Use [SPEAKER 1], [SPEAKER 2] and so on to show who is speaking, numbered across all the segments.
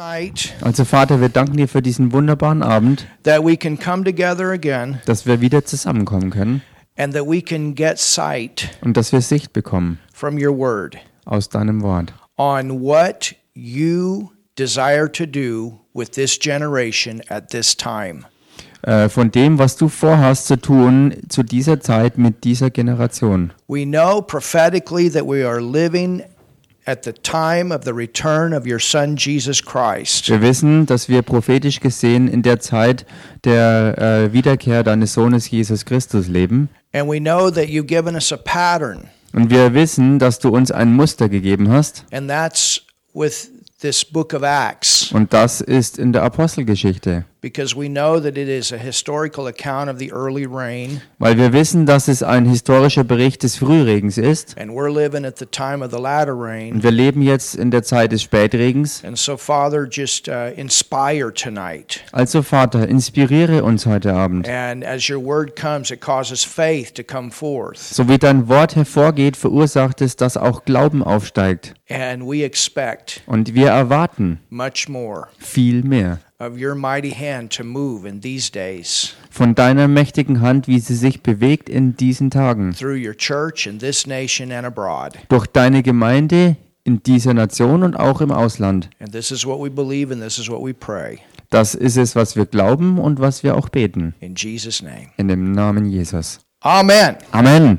[SPEAKER 1] night
[SPEAKER 2] Also Vater, wir danken dir für diesen wunderbaren Abend,
[SPEAKER 1] that we can come together again
[SPEAKER 2] dass wir wieder zusammenkommen können
[SPEAKER 1] and that we can get sight
[SPEAKER 2] und dass wir Sicht bekommen
[SPEAKER 1] from your word
[SPEAKER 2] aus deinem Wort,
[SPEAKER 1] on what you desire to do with this generation at this time.
[SPEAKER 2] äh, von dem, was du vorhast zu tun zu dieser Zeit mit dieser Generation.
[SPEAKER 1] We know prophetically that we are living at the time of the return of your son Jesus Christ.
[SPEAKER 2] Wir wissen, dass wir prophetisch gesehen in der Zeit der äh, Wiederkehr deines Sohnes Jesus Christus leben.
[SPEAKER 1] And we know that you've given us a pattern,
[SPEAKER 2] Und wir wissen, dass du uns ein Muster gegeben hast.
[SPEAKER 1] and that's with this book of Acts,
[SPEAKER 2] Und das ist in der Apostelgeschichte.
[SPEAKER 1] because we know that it is a historical account of the early rain.
[SPEAKER 2] Weil wir wissen, dass es ein historischer Bericht des Frühregens ist.
[SPEAKER 1] And we're living at the time of the latter
[SPEAKER 2] Und
[SPEAKER 1] rain.
[SPEAKER 2] wir leben jetzt in der Zeit des Spätregens.
[SPEAKER 1] And so, Father, just uh, inspire tonight.
[SPEAKER 2] Also Vater, inspiriere uns heute Abend.
[SPEAKER 1] And as your word comes, it causes faith to come forth.
[SPEAKER 2] So wie dein Wort hervorgeht, verursacht es, dass auch Glauben aufsteigt.
[SPEAKER 1] And we expect
[SPEAKER 2] Und wir erwarten
[SPEAKER 1] much more
[SPEAKER 2] viel mehr
[SPEAKER 1] of your mighty hand to move in these days
[SPEAKER 2] von deiner mächtigen Hand, wie sie sich bewegt in diesen Tagen.
[SPEAKER 1] through your church in this nation and abroad.
[SPEAKER 2] Durch deine Gemeinde in dieser Nation und auch im Ausland.
[SPEAKER 1] And this is what we believe and this is what we pray.
[SPEAKER 2] Das ist es, was wir glauben und was wir auch beten.
[SPEAKER 1] In Jesus' name.
[SPEAKER 2] In dem Namen Jesus.
[SPEAKER 1] Amen.
[SPEAKER 2] Amen.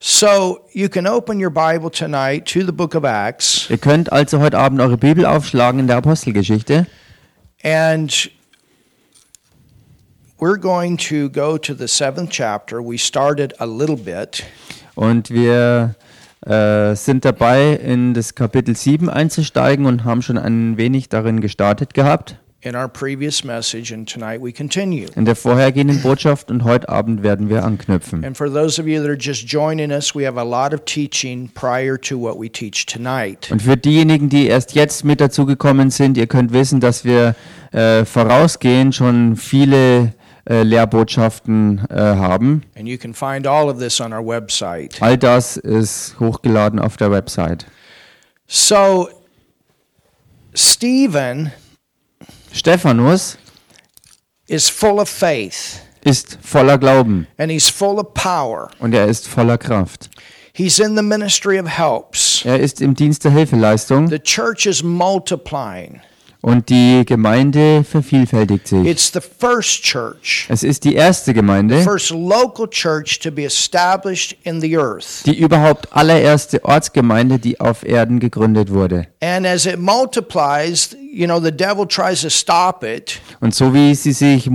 [SPEAKER 1] So you can open your Bible tonight to the book of Acts.
[SPEAKER 2] Ihr könnt also heute Abend eure Bibel aufschlagen in der Apostelgeschichte.
[SPEAKER 1] And we're going to go to the seventh chapter. We started a little bit,
[SPEAKER 2] Und wir äh, sind dabei, in das Kapitel 7 einzusteigen und haben schon ein wenig darin gestartet gehabt,
[SPEAKER 1] in our previous message, and tonight we continue.
[SPEAKER 2] in der vorhergehenden Botschaft. Und heute Abend werden wir anknüpfen.
[SPEAKER 1] And for those of you that are just joining us, we have a lot of teaching prior to what we teach tonight.
[SPEAKER 2] Und für diejenigen, die erst jetzt mit dazugekommen sind, ihr könnt wissen, dass wir äh, vorausgehend schon viele äh, Lehrbotschaften äh, haben.
[SPEAKER 1] And you can find all of this on our website.
[SPEAKER 2] All das ist hochgeladen auf der Website.
[SPEAKER 1] So, Stephen
[SPEAKER 2] Stephanus
[SPEAKER 1] is full of faith
[SPEAKER 2] ist voller Glauben
[SPEAKER 1] and he's full of power.
[SPEAKER 2] und er ist voller Kraft.
[SPEAKER 1] He's in the ministry of helps.
[SPEAKER 2] Er ist im Dienst der Hilfeleistung.
[SPEAKER 1] The church is multiplying.
[SPEAKER 2] Und die Gemeinde vervielfältigt sich.
[SPEAKER 1] It's the first church,
[SPEAKER 2] Es ist die erste Gemeinde,
[SPEAKER 1] first local church to be established in the earth.
[SPEAKER 2] die überhaupt allererste Ortsgemeinde, die auf Erden gegründet wurde.
[SPEAKER 1] And as it multiplies, you know, the devil tries to stop it,
[SPEAKER 2] Und so wie sie sich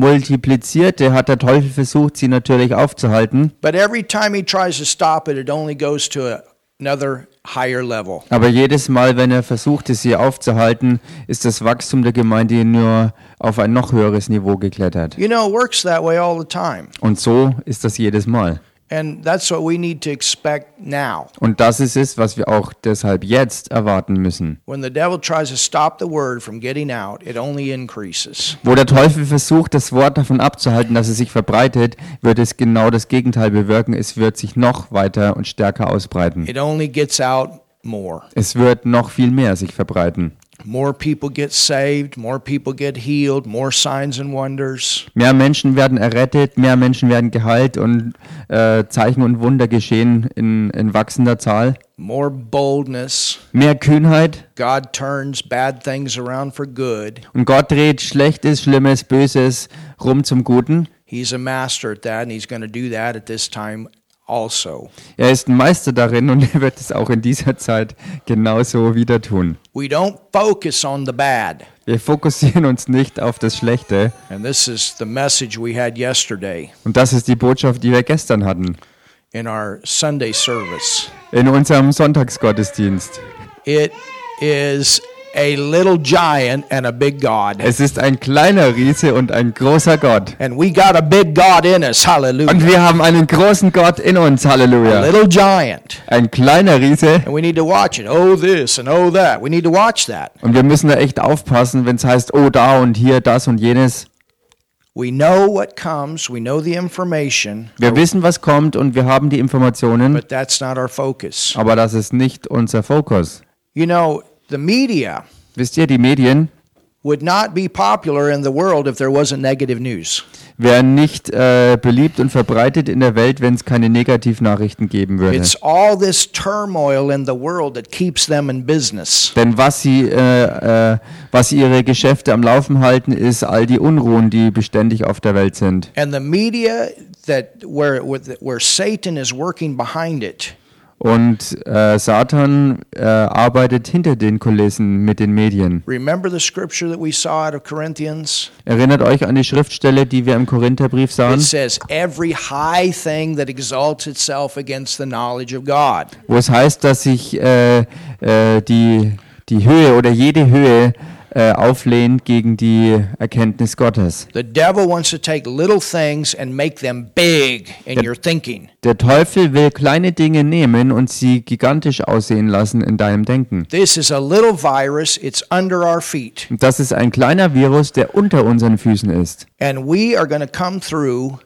[SPEAKER 2] multiplizierte, hat der Teufel versucht, sie natürlich aufzuhalten.
[SPEAKER 1] but every time he tries to stop it, it only goes to a, another higher level.
[SPEAKER 2] Aber jedes Mal, wenn er versuchte, sie aufzuhalten, ist das Wachstum der Gemeinde nur auf ein noch höheres Niveau geklettert.
[SPEAKER 1] You know, it works that way all the time.
[SPEAKER 2] Und so ist das jedes Mal.
[SPEAKER 1] And that's what we need to expect now.
[SPEAKER 2] Und das ist es, was wir auch deshalb jetzt erwarten müssen.
[SPEAKER 1] When the devil tries to stop the word from getting out, it only increases.
[SPEAKER 2] Wo der Teufel versucht, das Wort davon abzuhalten, dass es sich verbreitet, wird es genau das Gegenteil bewirken. Es wird sich noch weiter und stärker ausbreiten.
[SPEAKER 1] It only gets out more.
[SPEAKER 2] Es wird noch viel mehr sich verbreiten.
[SPEAKER 1] More people get saved, more people get healed, more signs and wonders.
[SPEAKER 2] Mehr Menschen werden errettet, mehr Menschen werden geheilt und äh, Zeichen und Wunder geschehen in, in wachsender Zahl.
[SPEAKER 1] more boldness.
[SPEAKER 2] Mehr Kühnheit
[SPEAKER 1] God turns bad things around for good.
[SPEAKER 2] und Gott dreht Schlechtes, Schlimmes, Böses rum zum Guten.
[SPEAKER 1] He's a master at that, and he's going to do that at this time also.
[SPEAKER 2] Er ist ein Meister darin und er wird es auch in dieser Zeit genauso wieder tun.
[SPEAKER 1] We don't focus on the bad.
[SPEAKER 2] Wir fokussieren uns nicht auf das Schlechte,
[SPEAKER 1] And this is the message we had yesterday
[SPEAKER 2] Und das ist die Botschaft, die wir gestern hatten
[SPEAKER 1] in our Sunday service.
[SPEAKER 2] in unserem Sonntagsgottesdienst.
[SPEAKER 1] It is a little giant and a big God.
[SPEAKER 2] Es ist ein kleiner Riese und ein großer Gott.
[SPEAKER 1] And we got a big God in us.
[SPEAKER 2] Und
[SPEAKER 1] Hallelujah.
[SPEAKER 2] wir haben einen großen Gott in uns,
[SPEAKER 1] A
[SPEAKER 2] Halleluja.
[SPEAKER 1] little giant.
[SPEAKER 2] Ein kleiner Riese.
[SPEAKER 1] And we need to watch it. Oh, this and oh, that. We need to watch that.
[SPEAKER 2] Und wir müssen da echt aufpassen, wenn es heißt, oh da und hier, das und jenes.
[SPEAKER 1] We know what comes, we know the information,
[SPEAKER 2] Wir wissen, was kommt und wir haben die Informationen,
[SPEAKER 1] but that's not our focus.
[SPEAKER 2] aber das ist nicht unser Fokus.
[SPEAKER 1] You know, the media
[SPEAKER 2] Wisst ihr, die Medien
[SPEAKER 1] would not be popular in the world if there wasn't negative news.
[SPEAKER 2] wären nicht äh, beliebt und verbreitet in der Welt, wenn es keine Negativnachrichten geben würde.
[SPEAKER 1] It's all this turmoil in the world that keeps them in business.
[SPEAKER 2] Denn was sie, äh, äh, was sie ihre Geschäfte am Laufen halten, ist all die Unruhen, die beständig auf der Welt sind.
[SPEAKER 1] And the media that where with- where Satan is working behind it
[SPEAKER 2] Und äh, Satan äh, arbeitet hinter den Kulissen mit den Medien.
[SPEAKER 1] Remember the scripture that we saw out of Corinthians?
[SPEAKER 2] Erinnert euch an die Schriftstelle, die wir im Korintherbrief
[SPEAKER 1] It
[SPEAKER 2] sahen,
[SPEAKER 1] says, Every high thing that exalts itself against the knowledge of God.
[SPEAKER 2] wo es heißt, dass sich äh, äh, die, die Höhe oder jede Höhe äh, auflehnt gegen die Erkenntnis Gottes.
[SPEAKER 1] The devil wants to take little things and make them big in your thinking.
[SPEAKER 2] Der Teufel will kleine Dinge nehmen und sie gigantisch aussehen lassen in deinem Denken.
[SPEAKER 1] This is a little virus, it's under our feet.
[SPEAKER 2] Und Das ist ein kleiner Virus, der unter unseren Füßen ist.
[SPEAKER 1] And we are going to come through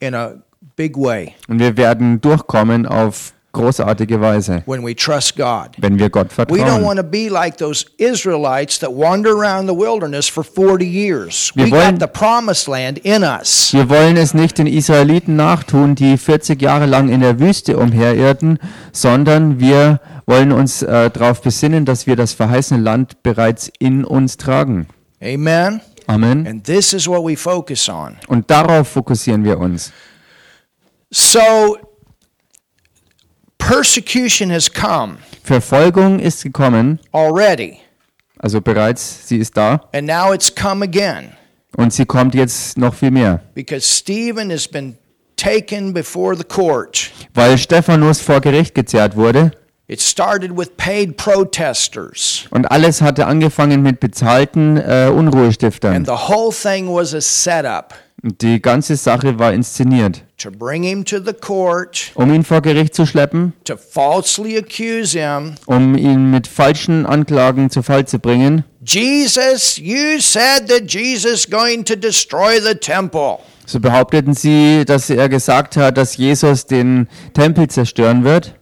[SPEAKER 1] in a big way
[SPEAKER 2] Und wir werden durchkommen auf großartige Weise,
[SPEAKER 1] when we trust God.
[SPEAKER 2] wenn wir Gott
[SPEAKER 1] We don't
[SPEAKER 2] vertrauen.
[SPEAKER 1] want to be like those Israelites that wander around the wilderness for 40 years.
[SPEAKER 2] Wir
[SPEAKER 1] We got
[SPEAKER 2] wollen-
[SPEAKER 1] the promised land in us.
[SPEAKER 2] Wir wollen es nicht den Israeliten nachtun, die 40 Jahre lang in der Wüste umherirrten, sondern wir wollen uns äh, darauf besinnen, dass wir das verheißene Land bereits in uns tragen.
[SPEAKER 1] Amen.
[SPEAKER 2] Amen.
[SPEAKER 1] And this is what we focus on.
[SPEAKER 2] Und darauf fokussieren wir uns.
[SPEAKER 1] So, persecution has come
[SPEAKER 2] Verfolgung ist gekommen,
[SPEAKER 1] already,
[SPEAKER 2] also bereits, sie ist da
[SPEAKER 1] and now it's come again
[SPEAKER 2] und sie kommt jetzt noch viel mehr.
[SPEAKER 1] because Stephen has been taken before the court.
[SPEAKER 2] Weil Stephanus vor Gericht gezerrt wurde
[SPEAKER 1] It started with paid protesters,
[SPEAKER 2] und alles hatte angefangen mit bezahlten äh,
[SPEAKER 1] and
[SPEAKER 2] Unruhestiftern.
[SPEAKER 1] the whole thing was a setup
[SPEAKER 2] Und die ganze Sache war inszeniert.
[SPEAKER 1] to bring him to the court,
[SPEAKER 2] Um ihn vor Gericht zu schleppen,
[SPEAKER 1] to falsely accuse him.
[SPEAKER 2] um ihn mit falschen Anklagen zu Fall zu bringen.
[SPEAKER 1] Jesus, you said that Jesus going to destroy the temple.
[SPEAKER 2] So behaupteten sie, dass er gesagt hat, dass Jesus den Tempel zerstören wird.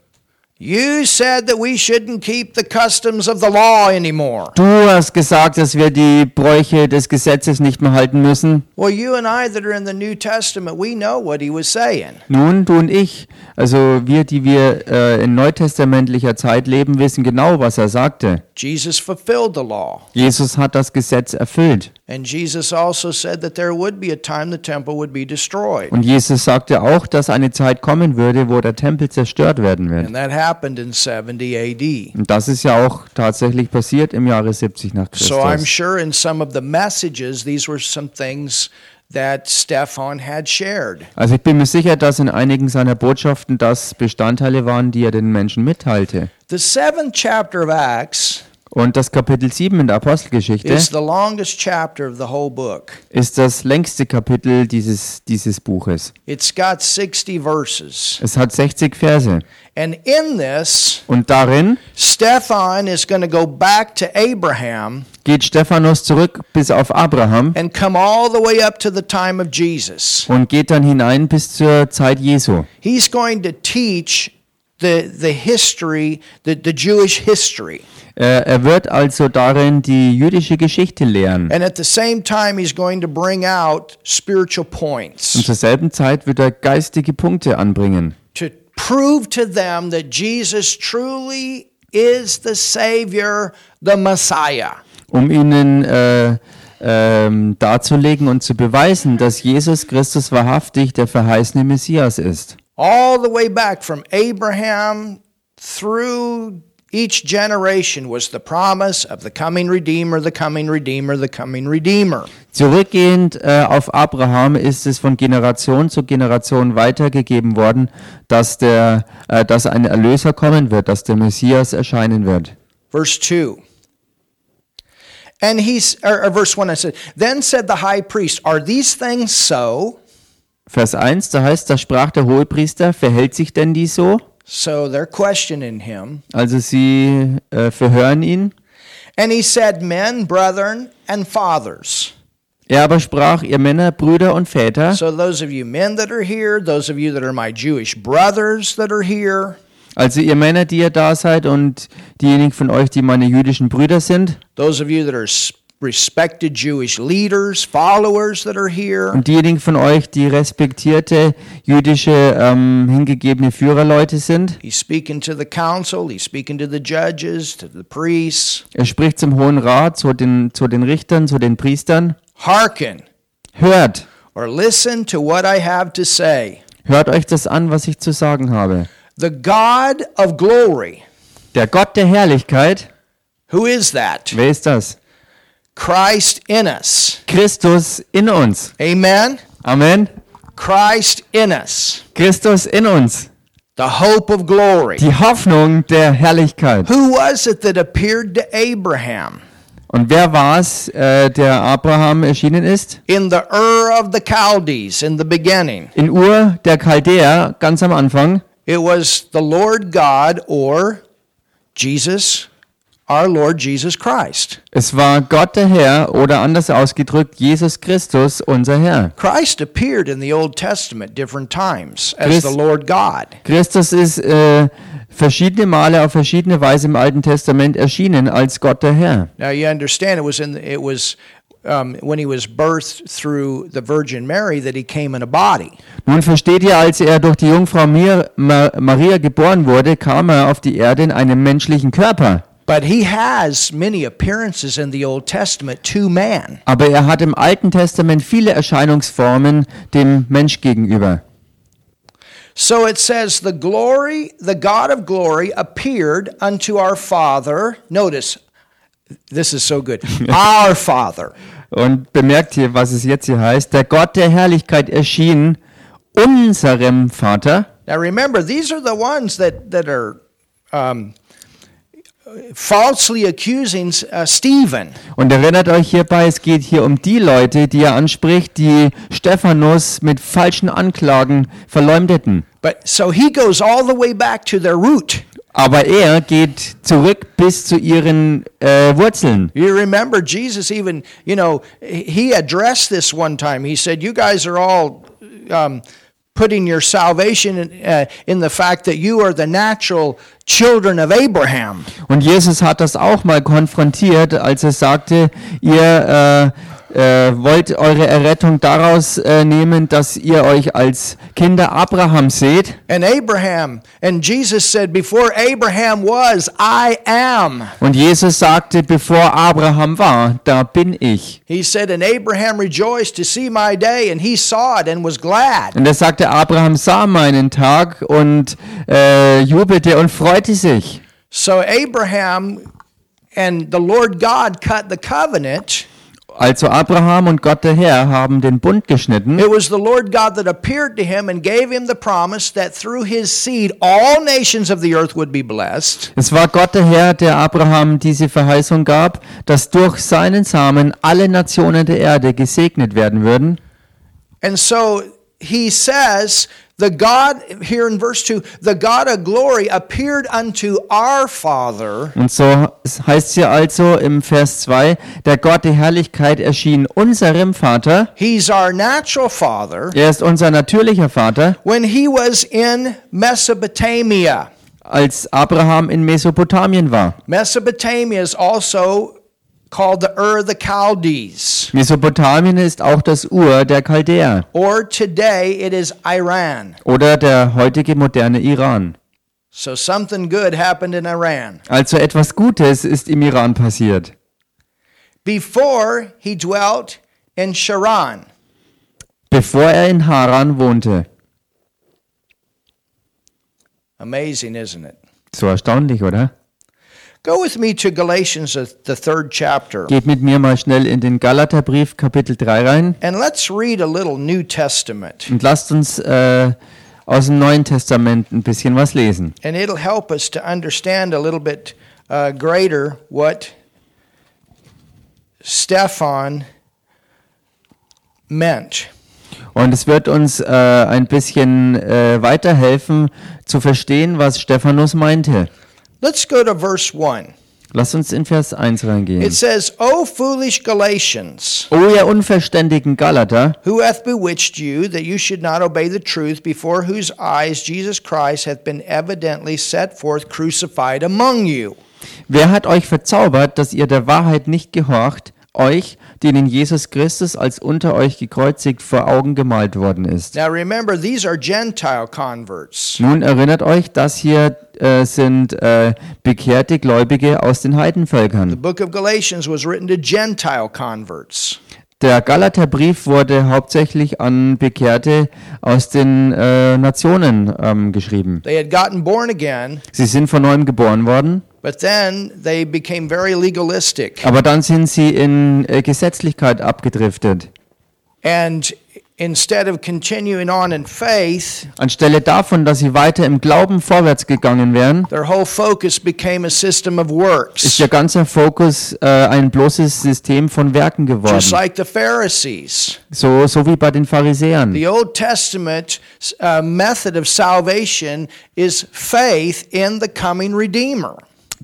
[SPEAKER 1] You said that we shouldn't keep the customs of the law anymore.
[SPEAKER 2] Du hast gesagt, dass wir die Bräuche des Gesetzes nicht mehr halten müssen.
[SPEAKER 1] Well, you and I that are in the New Testament, we know what he was saying.
[SPEAKER 2] Nun, du und ich, also wir, die wir äh, in neutestamentlicher Zeit leben, wissen genau, was er sagte.
[SPEAKER 1] Jesus fulfilled the law.
[SPEAKER 2] Jesus hat das Gesetz erfüllt.
[SPEAKER 1] And Jesus also said that there would be a time the temple would be destroyed.
[SPEAKER 2] Und Jesus sagte auch, dass eine Zeit kommen würde, wo der Tempel zerstört werden wird.
[SPEAKER 1] And that happened in 70 AD.
[SPEAKER 2] Und das ist ja auch tatsächlich passiert im Jahre 70 nach
[SPEAKER 1] So I'm
[SPEAKER 2] Christus.
[SPEAKER 1] sure in some of the messages, these were some things that Stefan had shared.
[SPEAKER 2] Also ich bin mir sicher, dass in einigen seiner Botschaften das Bestandteile waren, die er den Menschen mitteilte.
[SPEAKER 1] The seventh chapter of Acts
[SPEAKER 2] Und das Kapitel 7 in der Apostelgeschichte
[SPEAKER 1] is the longest chapter of the whole book.
[SPEAKER 2] ist das längste Kapitel dieses, dieses Buches.
[SPEAKER 1] It's got 60 verses.
[SPEAKER 2] Es hat 60 Verse.
[SPEAKER 1] And in this,
[SPEAKER 2] Und darin
[SPEAKER 1] Stephan is going to go back to Abraham
[SPEAKER 2] geht Stephanus zurück bis auf Abraham
[SPEAKER 1] and come all the way up to the time of Jesus.
[SPEAKER 2] und geht dann hinein bis zur Zeit Jesu.
[SPEAKER 1] He's going to teach the, the history, the, the Jewish history.
[SPEAKER 2] Er, er wird also darin die jüdische Geschichte lehren.
[SPEAKER 1] And at the same time, he's going to bring out spiritual
[SPEAKER 2] Und
[SPEAKER 1] points
[SPEAKER 2] zur selben Zeit wird er geistige Punkte anbringen,
[SPEAKER 1] to prove to them that Jesus truly is the Savior, the Messiah.
[SPEAKER 2] um ihnen äh, ähm, darzulegen und zu beweisen, dass Jesus Christus wahrhaftig der verheißene Messias ist.
[SPEAKER 1] all the way back from Abraham through each generation was the promise of the coming Redeemer, the coming Redeemer, the coming Redeemer.
[SPEAKER 2] Zurückgehend äh, auf Abraham ist es von Generation zu Generation weitergegeben worden, dass, der, äh, dass ein Erlöser kommen wird, dass der Messias erscheinen wird.
[SPEAKER 1] Verse 2. And he's, or, or verse 1, I said, Then said the high priest, Are these things so?
[SPEAKER 2] Vers 1, da heißt, da sprach der Hohepriester, verhält sich denn dies so?
[SPEAKER 1] So they're questioning him.
[SPEAKER 2] Also sie äh, verhören ihn.
[SPEAKER 1] And he said, Men, brethren, and fathers.
[SPEAKER 2] Er aber sprach, ihr Männer, Brüder und Väter,
[SPEAKER 1] So those of you men that are here, those of you that are my Jewish brothers that are here,
[SPEAKER 2] Also ihr Männer, die ihr da seid und diejenigen von euch, die meine jüdischen Brüder sind
[SPEAKER 1] Those of you that are s- respected Jewish leaders, followers that are here,
[SPEAKER 2] und diejenigen von euch, die respektierte jüdische ähm, hingegebene Führerleute sind.
[SPEAKER 1] he's speaking to the council, he's speaking to the judges, to the priests.
[SPEAKER 2] Er spricht zum Hohen Rat, zu den, zu den Richtern, zu den Priestern.
[SPEAKER 1] Hearken
[SPEAKER 2] Hört,
[SPEAKER 1] or listen to what I have to say.
[SPEAKER 2] hört euch das an, was ich zu sagen habe.
[SPEAKER 1] The God of glory,
[SPEAKER 2] Der Gott der Herrlichkeit,
[SPEAKER 1] who is that?
[SPEAKER 2] wer ist das?
[SPEAKER 1] Christ in us.
[SPEAKER 2] Christus in uns.
[SPEAKER 1] Amen.
[SPEAKER 2] Amen.
[SPEAKER 1] Christ in us,
[SPEAKER 2] Christus in uns.
[SPEAKER 1] the hope of glory.
[SPEAKER 2] Die Hoffnung der Herrlichkeit.
[SPEAKER 1] Who was it that appeared to Abraham
[SPEAKER 2] Und wer war es, äh, der Abraham erschienen ist?
[SPEAKER 1] in the Ur of the Chaldees in the beginning?
[SPEAKER 2] In Ur der Chaldäer, ganz am Anfang.
[SPEAKER 1] It was the Lord God or Jesus, our Lord Jesus Christ.
[SPEAKER 2] Es war Gott der Herr oder anders ausgedrückt Jesus Christus, unser Herr.
[SPEAKER 1] Christ appeared in the Old Testament different times as
[SPEAKER 2] Chris-
[SPEAKER 1] the Lord God.
[SPEAKER 2] Christus ist äh, verschiedene Male auf verschiedene Weise im Alten Testament erschienen als Gott der Herr.
[SPEAKER 1] Now you understand it was in the, it was um, when he was birthed through the Virgin Mary that he came in a body.
[SPEAKER 2] Nun versteht ihr, als er durch die Jungfrau Mir, Ma, Maria geboren wurde, kam er auf die Erde in einem menschlichen Körper.
[SPEAKER 1] But he has many appearances in the Old Testament to man.
[SPEAKER 2] Aber er hat im Alten Testament viele Erscheinungsformen dem Mensch gegenüber.
[SPEAKER 1] So it says, the glory, the God of glory appeared unto our Father. Notice, this is so good. our Father.
[SPEAKER 2] Und bemerkt hier, was es jetzt hier heißt. Der Gott der Herrlichkeit erschien unserem Vater.
[SPEAKER 1] Now remember, these are the ones that, that are um, falsely accusing uh, Stephen.
[SPEAKER 2] Und erinnert euch hierbei, es geht hier um die Leute, die er anspricht, die Stephanus mit falschen Anklagen verleumdeten.
[SPEAKER 1] But so he goes all the way back to their root.
[SPEAKER 2] Aber er geht zurück bis zu ihren äh, Wurzeln.
[SPEAKER 1] You remember Jesus even, you know, he addressed this one time. He said, You guys are all um, putting your salvation in, uh, in the fact that you are the natural children of Abraham.
[SPEAKER 2] Und Jesus hat das auch mal konfrontiert, als er sagte, ihr äh, äh, wollt eure Errettung daraus äh, nehmen, dass ihr euch als Kinder Abrahams seht.
[SPEAKER 1] And Abraham, and Jesus said, Before Abraham was, I am.
[SPEAKER 2] Und Jesus sagte, bevor Abraham war, da bin ich.
[SPEAKER 1] He said, And Abraham rejoiced to see my day, and he saw it and was glad.
[SPEAKER 2] Und er sagte, Abraham sah meinen Tag und äh, jubelte und freute sich.
[SPEAKER 1] So Abraham and the Lord God cut the covenant.
[SPEAKER 2] Also Abraham und Gott der Herr haben den Bund geschnitten.
[SPEAKER 1] It was the Lord God that appeared to him and gave him the promise that through his seed all nations of the earth would be blessed.
[SPEAKER 2] Es war Gott der Herr, der Abraham diese Verheißung gab, dass durch seinen Samen alle Nationen der Erde gesegnet werden würden.
[SPEAKER 1] And so he says, the God, here in verse 2, the God of glory appeared unto our Father.
[SPEAKER 2] Und so es heißt hier also im Vers 2, der Gott der Herrlichkeit erschien unserem Vater,
[SPEAKER 1] He's our natural father.
[SPEAKER 2] er ist unser natürlicher Vater,
[SPEAKER 1] When he was in Mesopotamia,
[SPEAKER 2] als Abraham in Mesopotamien war.
[SPEAKER 1] Mesopotamia is also called the Ur of the Chaldees,
[SPEAKER 2] Mesopotamien ist auch das Ur der Chaldäer
[SPEAKER 1] or today it is Iran.
[SPEAKER 2] oder der heutige moderne Iran.
[SPEAKER 1] So something good happened in Iran.
[SPEAKER 2] Also etwas Gutes ist im Iran passiert.
[SPEAKER 1] before he dwelt in Sharon.
[SPEAKER 2] Bevor er in Haran wohnte.
[SPEAKER 1] Amazing, isn't it?
[SPEAKER 2] So erstaunlich, oder?
[SPEAKER 1] Go with me to Galatians, the the third chapter,
[SPEAKER 2] Geht mit mir mal schnell in den Galaterbrief Kapitel 3 rein
[SPEAKER 1] and let's read a little New Testament,
[SPEAKER 2] und lasst uns äh, aus dem Neuen Testament ein bisschen was lesen.
[SPEAKER 1] and it'll help us to understand a little bit uh, greater what Stefan meant.
[SPEAKER 2] Und es wird uns äh, ein bisschen äh, weiterhelfen zu verstehen, was Stephanus meinte.
[SPEAKER 1] Let's go to verse 1.
[SPEAKER 2] Lass uns in Vers 1
[SPEAKER 1] It
[SPEAKER 2] reingehen.
[SPEAKER 1] says, O foolish Galatians,
[SPEAKER 2] O ihr unverständigen Galater,
[SPEAKER 1] who hath bewitched you that you should not obey the truth, before whose eyes Jesus Christ hath been evidently set forth crucified among you?
[SPEAKER 2] wer hat euch verzaubert, dass ihr der Wahrheit nicht gehorcht, euch, denen Jesus Christus als unter euch gekreuzigt vor Augen gemalt worden ist?
[SPEAKER 1] Now remember, these are Gentile converts.
[SPEAKER 2] Nun erinnert euch, das hier äh, sind äh, bekehrte Gläubige aus den Heidenvölkern.
[SPEAKER 1] Book of Galatians was written to Gentile converts.
[SPEAKER 2] Der Galaterbrief wurde hauptsächlich an Bekehrte aus den äh, Nationen ähm, geschrieben.
[SPEAKER 1] They had gotten born again,
[SPEAKER 2] Sie sind von neuem geboren worden,
[SPEAKER 1] but then they became very legalistic.
[SPEAKER 2] aber dann sind sie in äh, Gesetzlichkeit abgedriftet.
[SPEAKER 1] And instead of continuing on in faith,
[SPEAKER 2] Anstelle davon, dass sie weiter im Glauben vorwärts gegangen wären,
[SPEAKER 1] their whole focus became a system of
[SPEAKER 2] ist
[SPEAKER 1] works,
[SPEAKER 2] ihr ganzer Fokus äh, ein bloßes System von Werken
[SPEAKER 1] just
[SPEAKER 2] geworden.
[SPEAKER 1] like the Pharisees.
[SPEAKER 2] So, so wie bei den Pharisäern.
[SPEAKER 1] The Old Testament uh, method of salvation is faith in the coming Redeemer.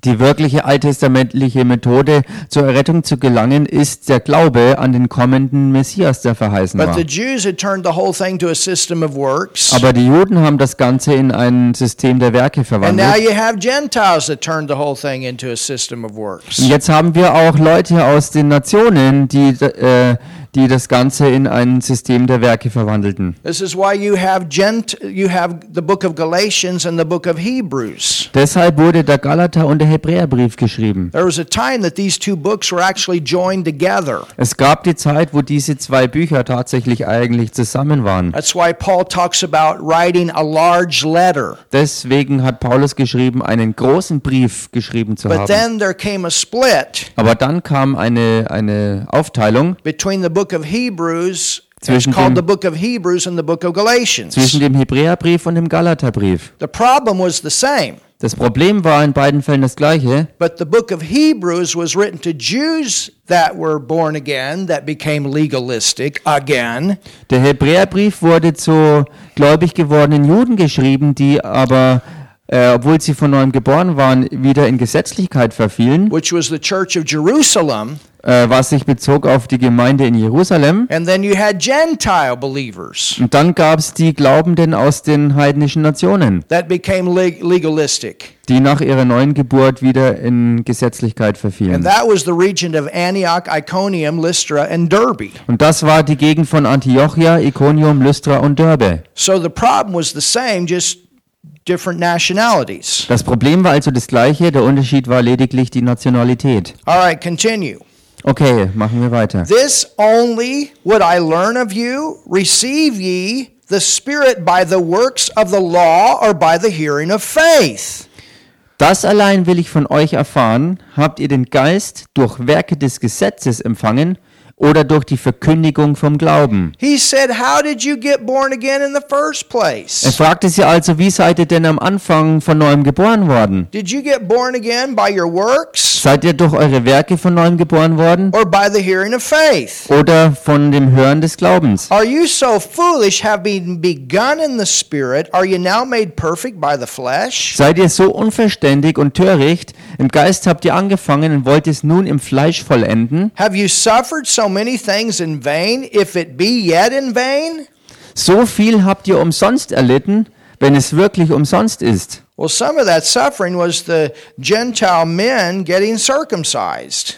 [SPEAKER 2] Die wirkliche alttestamentliche Methode zur Errettung zu gelangen ist der Glaube an den kommenden Messias, der verheißen
[SPEAKER 1] But
[SPEAKER 2] war.
[SPEAKER 1] the Jews had turned the whole thing to a system of works.
[SPEAKER 2] Aber die Juden haben das Ganze in ein System der Werke
[SPEAKER 1] And now
[SPEAKER 2] verwandelt.
[SPEAKER 1] you have Gentiles that turned the whole thing into a system of works.
[SPEAKER 2] Und jetzt haben wir auch Leute aus den Nationen, die, äh, die das Ganze in ein System der Werke verwandelten.
[SPEAKER 1] This is why you have gent you have the book of Galatians and the book of Hebrews.
[SPEAKER 2] Deshalb wurde der Galater- und der Hebräerbrief geschrieben.
[SPEAKER 1] There was a time that these two books were actually joined together.
[SPEAKER 2] Es gab die Zeit, wo diese zwei Bücher tatsächlich eigentlich zusammen waren.
[SPEAKER 1] That's why Paul talks about writing a large letter.
[SPEAKER 2] Deswegen hat Paulus geschrieben, einen großen Brief geschrieben zu
[SPEAKER 1] But
[SPEAKER 2] haben.
[SPEAKER 1] then there came a split
[SPEAKER 2] Aber dann kam eine, eine Aufteilung
[SPEAKER 1] between the book of Hebrews, it's
[SPEAKER 2] Zwischen
[SPEAKER 1] called
[SPEAKER 2] dem-
[SPEAKER 1] the book of Hebrews and the book of Galatians.
[SPEAKER 2] zwischen dem Hebräerbrief und dem Galaterbrief.
[SPEAKER 1] The problem was the same,
[SPEAKER 2] Das Problem war in beiden Fällen das gleiche.
[SPEAKER 1] but the book of Hebrews was written to Jews that were born again, that became legalistic again.
[SPEAKER 2] Der Hebräerbrief wurde zu gläubig gewordenen Juden geschrieben, die aber, äh, obwohl sie von neuem geboren waren, wieder in Gesetzlichkeit verfielen,
[SPEAKER 1] which was the church of Jerusalem,
[SPEAKER 2] äh, was sich bezog auf die Gemeinde in Jerusalem.
[SPEAKER 1] and then you had Gentile believers
[SPEAKER 2] Und dann gab es die Glaubenden aus den heidnischen Nationen,
[SPEAKER 1] that became leg- legalistic.
[SPEAKER 2] die nach ihrer neuen Geburt wieder in Gesetzlichkeit
[SPEAKER 1] And
[SPEAKER 2] verfielen.
[SPEAKER 1] that was the region of Antioch, Iconium, Lystra, and Derbe.
[SPEAKER 2] Und das war die Gegend von Antiochia, Iconium, Lystra und Derbe.
[SPEAKER 1] So the problem was the same, just different nationalities.
[SPEAKER 2] Das Problem war also das gleiche, der Unterschied war lediglich die Nationalität.
[SPEAKER 1] All right, continue.
[SPEAKER 2] Okay, machen wir weiter.
[SPEAKER 1] This only would I learn of you, receive ye the Spirit by the works of the law or by the hearing of faith.
[SPEAKER 2] Das allein will ich von euch erfahren. Habt ihr den Geist durch Werke des Gesetzes empfangen oder durch die Verkündigung vom Glauben?
[SPEAKER 1] He said, How did you get born again in the first place?
[SPEAKER 2] Er fragte sie also, wie seid ihr denn am Anfang von neuem geboren worden?
[SPEAKER 1] Did you get born again by your works
[SPEAKER 2] Seid ihr durch eure Werke von neuem geboren worden
[SPEAKER 1] or by the hearing of faith?
[SPEAKER 2] oder von dem Hören des Glaubens?
[SPEAKER 1] Are you so foolish, having begun in the Spirit, are you now made perfect by the flesh?
[SPEAKER 2] Seid ihr so unverständig und töricht? Im Geist habt ihr angefangen und wollt es nun im Fleisch vollenden?
[SPEAKER 1] Have you suffered so many things in vain, if it be yet in vain?
[SPEAKER 2] So viel habt ihr umsonst erlitten, wenn es wirklich umsonst ist.
[SPEAKER 1] Well, some of that suffering was the Gentile men getting circumcised.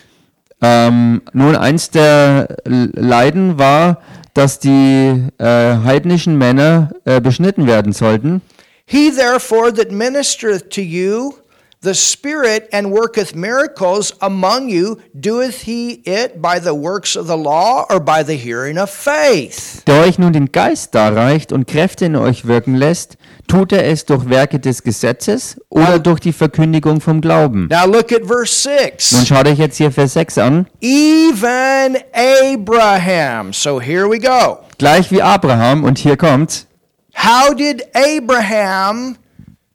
[SPEAKER 2] Ähm, nun, eins der L- Leiden war, dass die äh, heidnischen Männer äh, beschnitten werden sollten.
[SPEAKER 1] He therefore that ministereth to you the Spirit and worketh miracles among you, doeth he it by the works of the law or by the hearing of faith?
[SPEAKER 2] Der euch nun den Geist darreicht und Kräfte in euch wirken lässt, tut er es durch Werke des Gesetzes oder durch die Verkündigung vom Glauben.
[SPEAKER 1] Now look at verse
[SPEAKER 2] Nun
[SPEAKER 1] 6.
[SPEAKER 2] schaut euch jetzt hier Vers 6 an.
[SPEAKER 1] Even Abraham. So here we go.
[SPEAKER 2] Gleich wie Abraham, und hier kommt's.
[SPEAKER 1] How did Abraham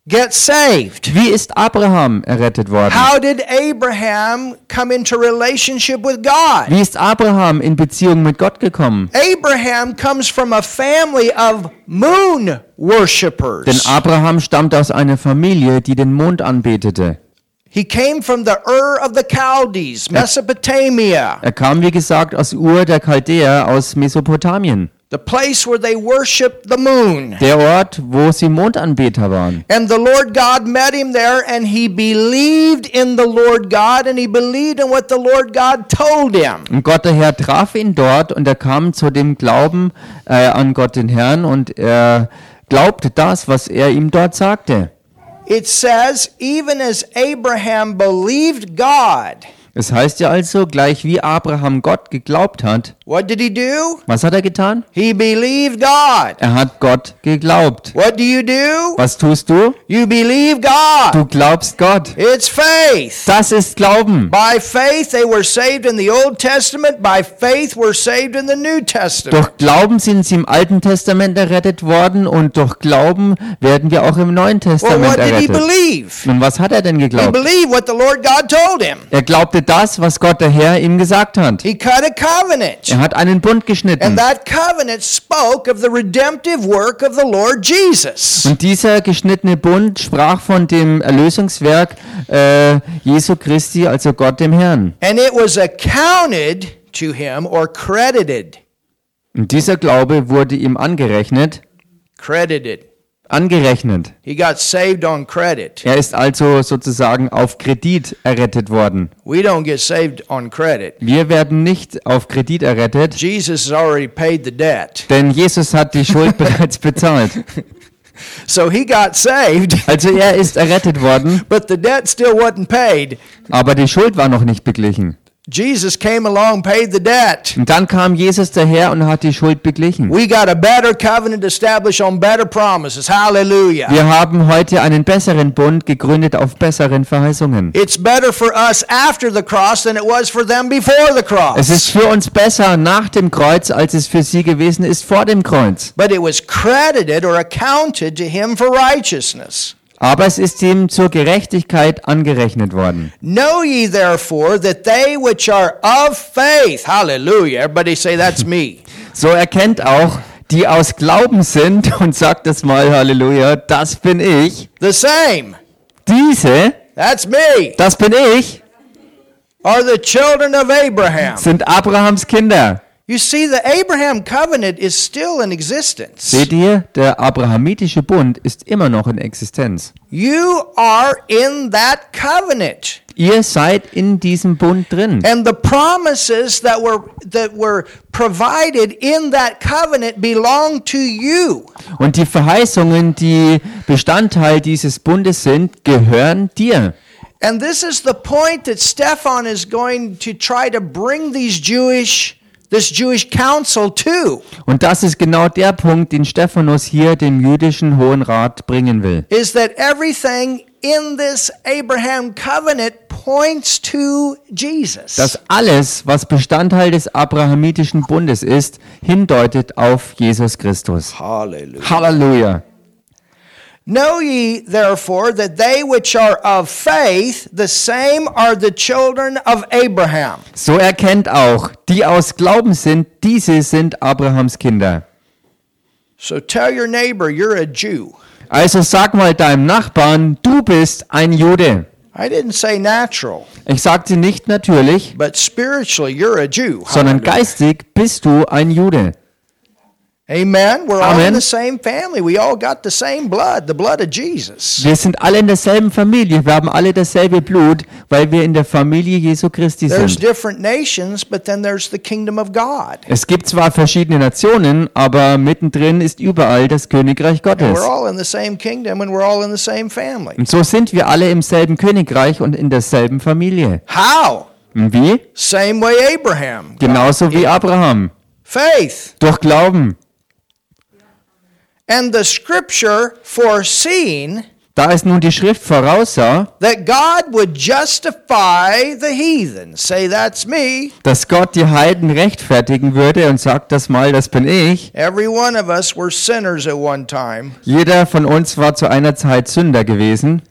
[SPEAKER 1] get saved?
[SPEAKER 2] Wie ist Abraham errettet worden?
[SPEAKER 1] How did Abraham come into relationship with God?
[SPEAKER 2] Wie ist Abraham in Beziehung mit Gott gekommen?
[SPEAKER 1] Abraham comes from a family of moon
[SPEAKER 2] Denn
[SPEAKER 1] worshippers.
[SPEAKER 2] Abraham stammt aus einer Familie, die den Mond anbetete.
[SPEAKER 1] He came from the Ur of the Chaldees, Mesopotamia,
[SPEAKER 2] Er kam, wie gesagt, aus Ur der Chaldäer aus Mesopotamien,
[SPEAKER 1] the place where they worshiped the moon.
[SPEAKER 2] der Ort, wo sie Mondanbeter waren.
[SPEAKER 1] And the Lord God met him there, and he believed in the Lord God, and he believed in what the Lord God told him.
[SPEAKER 2] Und Gott der Herr traf ihn dort und er kam zu dem Glauben äh, an Gott den Herrn und er glaubte das, was er ihm dort sagte.
[SPEAKER 1] It says, even as Abraham believed God,
[SPEAKER 2] Es heißt ja also, gleich wie Abraham Gott geglaubt hat,
[SPEAKER 1] what did he do?
[SPEAKER 2] was hat er getan?
[SPEAKER 1] He believed God.
[SPEAKER 2] Er hat Gott geglaubt.
[SPEAKER 1] What do you do?
[SPEAKER 2] Was tust du?
[SPEAKER 1] You believe God.
[SPEAKER 2] Du glaubst Gott.
[SPEAKER 1] It's faith.
[SPEAKER 2] Das ist Glauben.
[SPEAKER 1] By faith they were saved in the Old Testament, by faith we're saved in the New Testament.
[SPEAKER 2] Durch Glauben sind sie im Alten Testament errettet worden und durch Glauben werden wir auch im Neuen
[SPEAKER 1] Well,
[SPEAKER 2] Testament
[SPEAKER 1] Oh, what did he
[SPEAKER 2] errettet.
[SPEAKER 1] believe?
[SPEAKER 2] Nun, was hat er denn
[SPEAKER 1] He
[SPEAKER 2] geglaubt?
[SPEAKER 1] believed what the Lord God told him.
[SPEAKER 2] Er glaubte das, was Gott der Herr ihm gesagt hat.
[SPEAKER 1] He cut a covenant.
[SPEAKER 2] Er hat einen Bund geschnitten.
[SPEAKER 1] And that covenant spoke of the redemptive work of the Lord Jesus.
[SPEAKER 2] Und dieser geschnittene Bund sprach von dem Erlösungswerk äh, Jesu Christi, also Gott dem Herrn.
[SPEAKER 1] And it was accounted to him or credited.
[SPEAKER 2] Und dieser Glaube wurde ihm angerechnet.
[SPEAKER 1] Credited.
[SPEAKER 2] Angerechnet.
[SPEAKER 1] He got saved on credit.
[SPEAKER 2] Er ist also sozusagen auf Kredit errettet worden.
[SPEAKER 1] We don't get saved on credit.
[SPEAKER 2] Wir werden nicht auf Kredit errettet.
[SPEAKER 1] Jesus has already paid the debt.
[SPEAKER 2] Denn Jesus hat die Schuld bereits bezahlt.
[SPEAKER 1] So he got saved,
[SPEAKER 2] Also er ist errettet worden,
[SPEAKER 1] but the debt still wasn't paid.
[SPEAKER 2] aber die Schuld war noch nicht beglichen.
[SPEAKER 1] Jesus came along, paid the debt.
[SPEAKER 2] Und dann kam Jesus daher und hat die Schuld beglichen.
[SPEAKER 1] We got a better covenant established on better promises. Hallelujah.
[SPEAKER 2] Wir haben heute einen besseren Bund gegründet auf besseren Verheißungen.
[SPEAKER 1] It's better for us after the cross than it was for them before the
[SPEAKER 2] Es ist
[SPEAKER 1] cross.
[SPEAKER 2] für uns besser nach dem Kreuz, als es für sie gewesen ist vor dem Kreuz.
[SPEAKER 1] But it was credited or accounted to him for righteousness.
[SPEAKER 2] Aber es ist ihm zur Gerechtigkeit angerechnet worden.
[SPEAKER 1] Know ye therefore that they which are of faith, hallelujah, everybody say that's me.
[SPEAKER 2] So erkennt auch, die aus Glauben sind, und sagt das mal, Halleluja, das bin ich.
[SPEAKER 1] The same,
[SPEAKER 2] Diese,
[SPEAKER 1] that's me,
[SPEAKER 2] das bin ich.
[SPEAKER 1] are the children of Abraham.
[SPEAKER 2] sind Abrahams Kinder.
[SPEAKER 1] You see, the Abraham covenant is still in existence.
[SPEAKER 2] Seht ihr, der abrahamitische Bund ist immer noch in Existenz.
[SPEAKER 1] You are in that covenant.
[SPEAKER 2] Ihr seid in diesem Bund drin.
[SPEAKER 1] And the promises that were that were provided in that covenant belong to you.
[SPEAKER 2] Und die Verheißungen, die Bestandteil dieses Bundes sind, gehören dir.
[SPEAKER 1] And this is the point that Stefan is going to try to bring these Jewish this Jewish council to
[SPEAKER 2] Und das ist genau der Punkt, den Stephanus hier dem jüdischen Hohen Rat bringen will.
[SPEAKER 1] is that everything in this Abraham covenant points to Jesus.
[SPEAKER 2] Dass alles, was Bestandteil des abrahamitischen Bundes ist, hindeutet auf Jesus Christus.
[SPEAKER 1] Hallelujah.
[SPEAKER 2] Halleluja.
[SPEAKER 1] Know ye therefore that they which are of faith, the same are the children of Abraham.
[SPEAKER 2] So erkennt auch, die aus Glauben sind, diese sind Abrahams Kinder.
[SPEAKER 1] So tell your neighbor you're a Jew.
[SPEAKER 2] Also sag mal deinem Nachbarn, du bist ein Jude.
[SPEAKER 1] I didn't say natural,
[SPEAKER 2] Ich sagte nicht natürlich,
[SPEAKER 1] but spiritually you're a Jew.
[SPEAKER 2] sondern geistig bist du ein Jude.
[SPEAKER 1] Amen. We're all in
[SPEAKER 2] Amen.
[SPEAKER 1] the same family. We all got the same blood, the blood of Jesus.
[SPEAKER 2] Wir sind alle in derselben Familie, wir haben alle dasselbe Blut, weil wir in der Familie Jesu Christi
[SPEAKER 1] There's
[SPEAKER 2] sind.
[SPEAKER 1] different nations, but then there's the kingdom of God.
[SPEAKER 2] Es gibt zwar verschiedene Nationen, aber mittendrin ist überall das Königreich Gottes.
[SPEAKER 1] We're all in the same kingdom and we're all in the same family.
[SPEAKER 2] Und so sind wir alle im selben Königreich und in derselben Familie.
[SPEAKER 1] How?
[SPEAKER 2] Und Wie?
[SPEAKER 1] Same way Abraham.
[SPEAKER 2] Genauso wie Abraham.
[SPEAKER 1] Faith.
[SPEAKER 2] Durch Glauben.
[SPEAKER 1] And the scripture foreseeing
[SPEAKER 2] Da es nun die Schrift voraussah,
[SPEAKER 1] that God would justify the heathen. Say, that's me.
[SPEAKER 2] dass Gott die Heiden rechtfertigen würde und sagt das mal, das bin ich.
[SPEAKER 1] Every one of us were sinners at one time.
[SPEAKER 2] Jeder von uns war zu einer Zeit Sünder gewesen.